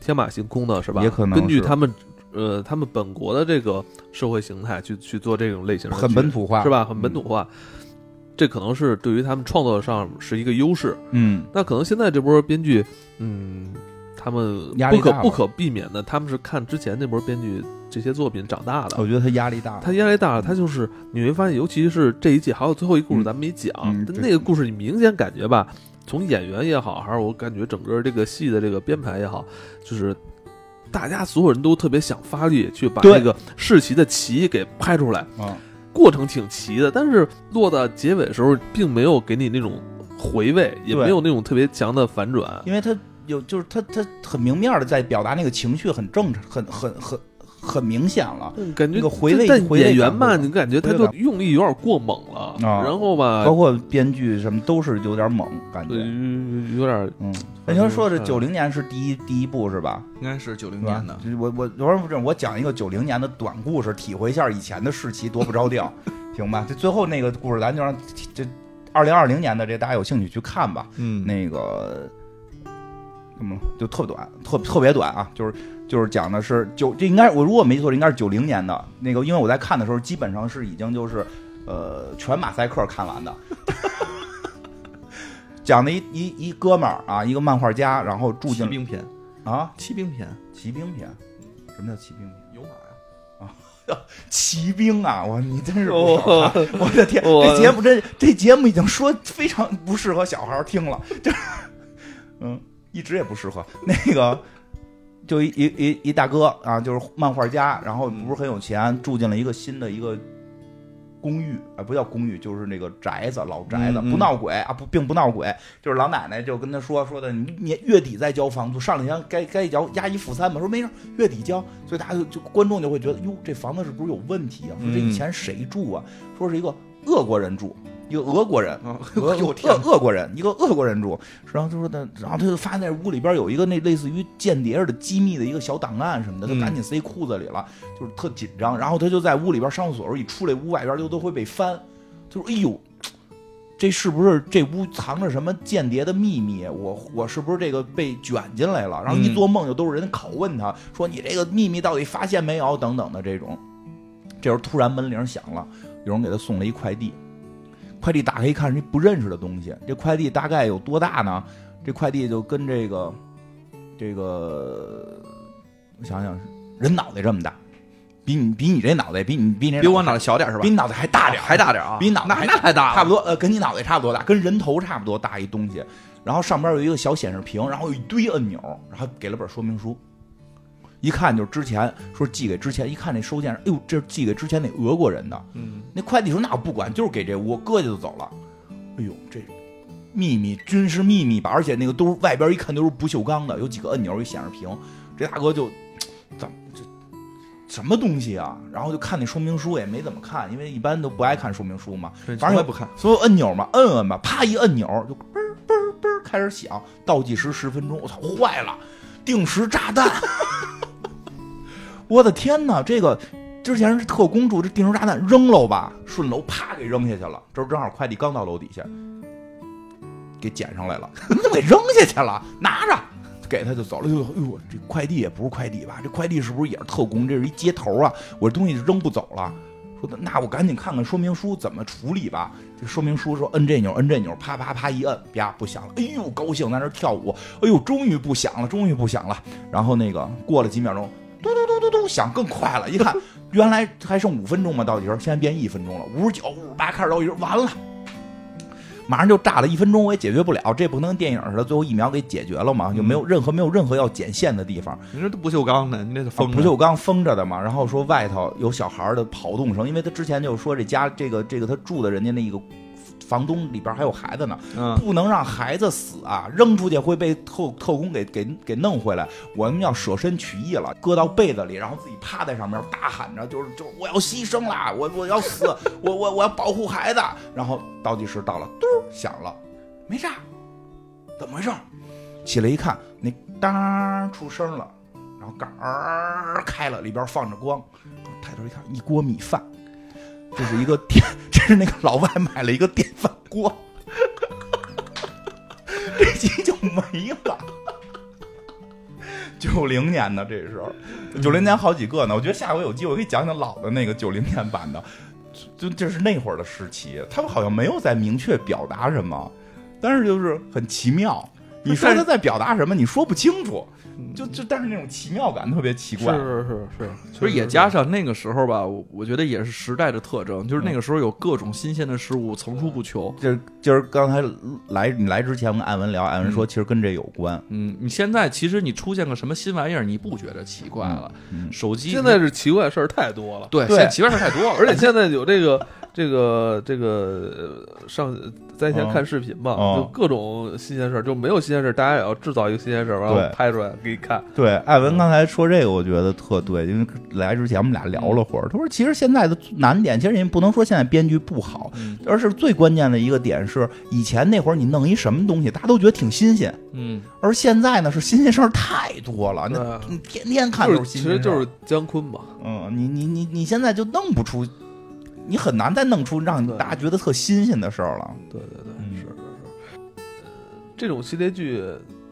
S1: 天马行空的是吧？
S2: 也可能
S1: 根据
S2: 是
S1: 他们。呃，他们本国的这个社会形态去去做这种类型的
S2: 很
S1: 剧
S2: 本土化
S1: 是吧？很本土化，这可能是对于他们创作上是一个优势。
S2: 嗯，
S1: 那可能现在这波编剧，嗯，他们
S2: 压
S1: 不
S2: 力
S1: 可
S2: 大了
S1: 不可避免的，他们是看之前那波编剧这些作品长大的
S2: 我，觉得他压力大。
S1: 他压力大了，他就是你会发现，尤其是这一季还有最后一故事
S2: 嗯
S1: 咱们没讲，
S2: 嗯
S1: 但
S2: 对
S1: 那个故事你明显感觉吧，从演员也好，还是我感觉整个这个戏的这个编排也好，就是。大家所有人都特别想发力去把
S2: 对
S1: 这个世奇的奇给拍出来，
S2: 嗯，
S1: 过程挺齐的，但是落到结尾的时候，并没有给你那种回味，也
S2: 对
S1: 没有那种特别强的反转。
S2: 因为他有就是他他很明面的在表达那个情绪，很正常，很很很很明显了。
S1: 嗯感觉
S2: 那个回味
S1: 但
S2: 回味
S1: 演员
S2: 感
S1: 嘛，
S2: 不够
S1: 你感觉他
S2: 回味
S1: 就
S2: 感
S1: 用力有点过猛了，
S2: 啊
S1: 然后吧，
S2: 包括编剧什么都是有点猛感
S1: 呃
S2: 觉，
S1: 有有点
S2: 嗯，
S1: 反正
S2: 那您说这
S1: 嗯
S2: 九零年是第一第一部是吧？
S3: 应该是九零
S2: 是吧
S3: 年的，
S2: 就是我我我说这样我讲一个九零年的短故事，体会一下以前的世奇多不着调， (laughs) 行吧？这最后那个故事咱就让这二零二零年的这大家有兴趣去看吧。
S3: 嗯
S2: 那个怎么了？就特短，特特别短啊，就是就是讲的是九，这应该我如果没错，这应该是九零年的那个，因为我在看的时候，基本上是已经就是呃全马赛克看完的。 (laughs) 讲的一一一哥们儿啊，一个漫画家，然后住
S3: 骑
S2: 进
S3: 兵篇，
S2: 啊
S3: 骑兵篇
S2: 骑兵篇，什么叫骑兵篇？
S3: 有马呀，
S2: 骑兵啊！我你真是不少
S1: 哦
S2: (laughs) 看我的天，
S1: 我
S2: 这节目真这节目已经说非常不适合小孩儿听了，这嗯，一直也不适合那个。就一一一一大哥啊，就是漫画家，然后不是很有钱，住进了一个新的一个公寓啊，不叫公寓，就是那个宅子，老宅子，
S1: 嗯嗯
S2: 不闹鬼啊，不，并不闹鬼，就是老奶奶就跟他说说的，你你月底再交房租，上两天该该交押一付三吧，说没事，月底交，所以大家就就观众就会觉得，哟，这房子是不是有问题啊？说这
S3: 嗯
S2: 以前谁住啊？说是一个俄国人住，一个俄国人，
S3: (laughs) 啊，
S2: 俄
S3: 哎呦
S2: 俄
S3: 我天哪，
S2: 俄国人，一个俄国人住，然后就说他，然后他就发现那屋里边有一个那类似于间谍似的机密的一个小档案什么的，他
S1: 嗯
S2: 赶紧塞裤子里了，就是特紧张。然后他就在屋里边上厕所的时候，一出来屋外边就都会被翻，就说哎呦。这是不是这屋藏着什么间谍的秘密？我我是不是这个被卷进来了？然后一
S1: 嗯
S2: 做梦就都是人拷问他，说你这个秘密到底发现没有？等等的这种。这时候突然门铃响了，有人给他送了一快递。快递打开一看是一不认识的东西，这快递大概有多大呢？这快递就跟这个这个，我想想，人脑袋这么大，比你比你这脑袋，比你比你这
S3: 比我
S2: 袋
S3: 脑袋小点是吧？
S2: 比你脑袋还大点儿，
S3: 还大点儿啊，
S2: 比你脑袋
S3: 那那太大了，
S2: 差不多，呃，跟你脑袋差不多大，跟人头差不多大一东西。然后上边有一个小显示屏，然后有一堆按钮，然后给了本说明书，一看就是之前说寄给之前，一看那收件人，哎呦，这是寄给之前那俄国人的。
S3: 嗯，
S2: 那快递说那我不管，就是给这屋，搁下就走了。哎呦，这秘密军事秘密吧，而且那个都是外边一看都是不锈钢的，有几个按钮，一显示屏。这大哥就怎么这什么东西啊？然后就看那说明书，也没怎么看，因为一般都不爱看说明书嘛。
S3: 反
S2: 反正
S3: 正也不看，
S2: 所有按钮嘛，摁摁吧，啪一按钮就嘣儿嘣儿嘣儿开始响，倒计时十分钟，我操，坏了，定时炸弹！ (laughs) 我的天哪，这个之前是特工住，这定时炸弹扔喽吧，顺楼啪给扔下去了，这正好快递刚到楼底下，给捡上来了， (laughs) 怎么就给扔下去了？拿着。给他就走了，就哎呦，这快递也不是快递吧？这快递是不是也是特工？这是一接头啊！我这东西扔不走了，说的那我赶紧看看说明书怎么处理吧。这说明书说摁这钮，摁这钮，啪啪啪一摁，啪不响了。哎呦，高兴在那儿跳舞，哎呦，终于不响了，终于不响了。然后那个过了几秒钟，嘟嘟嘟嘟嘟响更快了，一看原来还剩五分钟嘛，到底是现在变一分钟了，五十九、五十八开始倒计时，完了。马上就炸了，一分钟我也解决不了，这不能跟电影似的，最后一秒给解决了嘛，就没有任何没有任何要剪线的地方。
S3: 你这都不锈钢的，你这是
S2: 啊
S3: 风
S2: 不锈钢封着的嘛。然后说外头有小孩儿的跑动声，因为他之前就说这家这个这个他住的人家那个房东里边还有孩子呢，
S3: 嗯，
S2: 不能让孩子死啊，扔出去会被特特工给给给弄回来。我们要舍身取义了，搁到被子里，然后自己趴在上面大喊着，就是就是我要牺牲啦，我我要死，我我我要保护孩子。然后倒计时到了，嘟儿响了，没炸，怎么回事儿？起来一看，那当儿出声了，然后盖儿开了，里边放着光，抬头一看，一锅米饭。这是一个电， (laughs) 这是那个老外买了一个电饭锅， (laughs) 这集就没了。九零年的这时候，九零年好几个呢。我觉得下回有机会可以讲讲老的那个九零年版的，就这是那会儿的时期，他们好像没有在明确表达什么，但是就是很奇妙。你说他在表达什么，你说不清楚，就就但是那种奇妙感特别奇
S1: 是
S2: 怪。
S1: 是是是，
S3: 不
S1: 确
S3: 是
S1: 实
S3: 也加上那个时候吧，我我觉得也是时代的特征，
S2: 嗯
S3: 就是那个时候有各种新鲜的事物层出不穷。
S2: 就是今儿刚才来你来之前，我跟艾文聊，艾文说其实跟这有关。
S3: 嗯，你现在其实你出现个什么新玩意儿，你不觉得奇怪了？
S2: 嗯
S3: 手机
S1: 现在是奇怪的事儿太多了。
S3: 对，
S2: 对
S3: 现在奇怪事儿太多了，
S1: 而且现在有这个 (laughs) 这个这个呃上在线看视频嘛，
S2: 嗯
S1: 就各种新鲜事儿，就没有新鲜事儿，大家也要制造一个新鲜事儿，然
S2: 对
S1: 后拍出来给你看。
S2: 对，艾文刚才说这个，我觉得特对，因为来之前我们俩聊了会儿，他说其实现在的难点，其实人不能说现在编剧不好，
S3: 嗯
S2: 而是最关键的一个点是，以前那会儿你弄一什么东西，大家都觉得挺新鲜，
S3: 嗯，
S2: 而现在呢是新鲜事儿太多了，
S1: 对
S2: 那
S1: 啊
S2: 你天天看
S1: 就
S2: 都
S1: 是
S2: 是
S1: 其
S2: 新鲜
S1: 实
S2: 事儿
S1: 就是姜昆嘛，
S2: 嗯，你你你你现在就弄不出，你很难再弄出让
S1: 对
S2: 大家觉得特新鲜的事儿了。
S1: 对对对，
S2: 嗯
S1: 是是是。呃这种系列剧，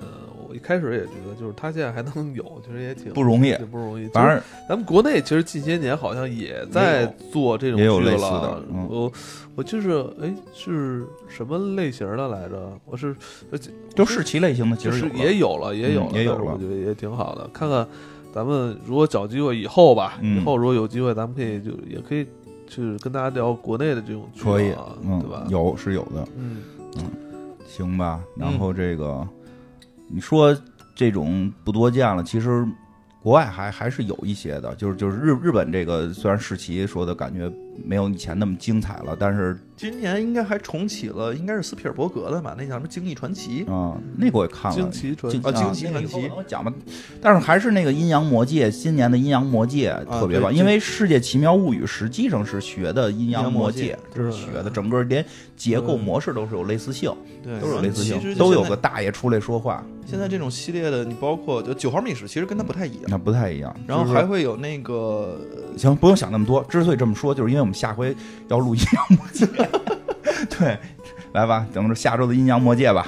S1: 呃，我一开始也觉得，就是它现在还能有，其实也挺
S2: 不容易
S1: 挺不容易。
S2: 反
S1: 就是
S2: 正
S1: 咱们国内其实近些年好像也在做这种
S2: 也有
S1: 剧
S2: 也有类
S1: 了
S2: 似
S1: 啊
S2: 的。嗯
S1: 我我就是哎是什么类型的来着？我是呃
S2: 就试骑类型的其
S1: 就
S2: 实
S1: 是
S2: 有了
S1: 也有了，也有了，
S2: 嗯也有
S1: 但
S2: 了
S1: 是我觉得也挺好的。看看咱们如果找机会以后吧，
S2: 嗯
S1: 以后如果有机会，咱们可以就也可以去跟大家聊国内的这种剧
S2: 可以
S1: 啊，，
S2: 嗯
S1: 对吧，？
S2: 有是有的。
S1: 嗯，
S2: 行吧，然
S1: 嗯
S2: 后这个、你说这种不多见了，其实国外还还是有一些的，就是就是日日本这个虽然世奇说的感觉没有以前那么精彩了，但是
S3: 今年应该还重启了，应该是斯皮尔伯格的吧？那叫什么《惊异传奇》
S2: 啊、那个我也看了，
S1: 惊奇传
S2: 惊
S3: 啊惊奇
S2: 那个
S3: 传
S2: 以后
S3: 奇
S2: 可能讲吧，但是还是那个《阴阳魔界》，今年的《阴阳魔界》特别棒，
S3: 对
S2: 因为《世界奇妙物语》实际上是学的《阴阳魔界》，
S1: 是
S2: 学的，整个连结构模式都是有类似性，
S3: 对，
S2: 都是有类似
S3: 其实
S2: 性，都有
S3: 现
S2: 个
S3: 在
S2: 大爷出来说话，
S3: 现在这种系列的，你包括就九毫米史，其实跟它不太一样。
S2: 那不太一样。
S3: 然后
S2: 就是
S3: 还会有那个
S2: 行，不用想那么多。之所以这么说，就是因为我们下回 (laughs) 要录《阴阳魔界》，对，来吧，等着下周的《阴阳魔界》吧。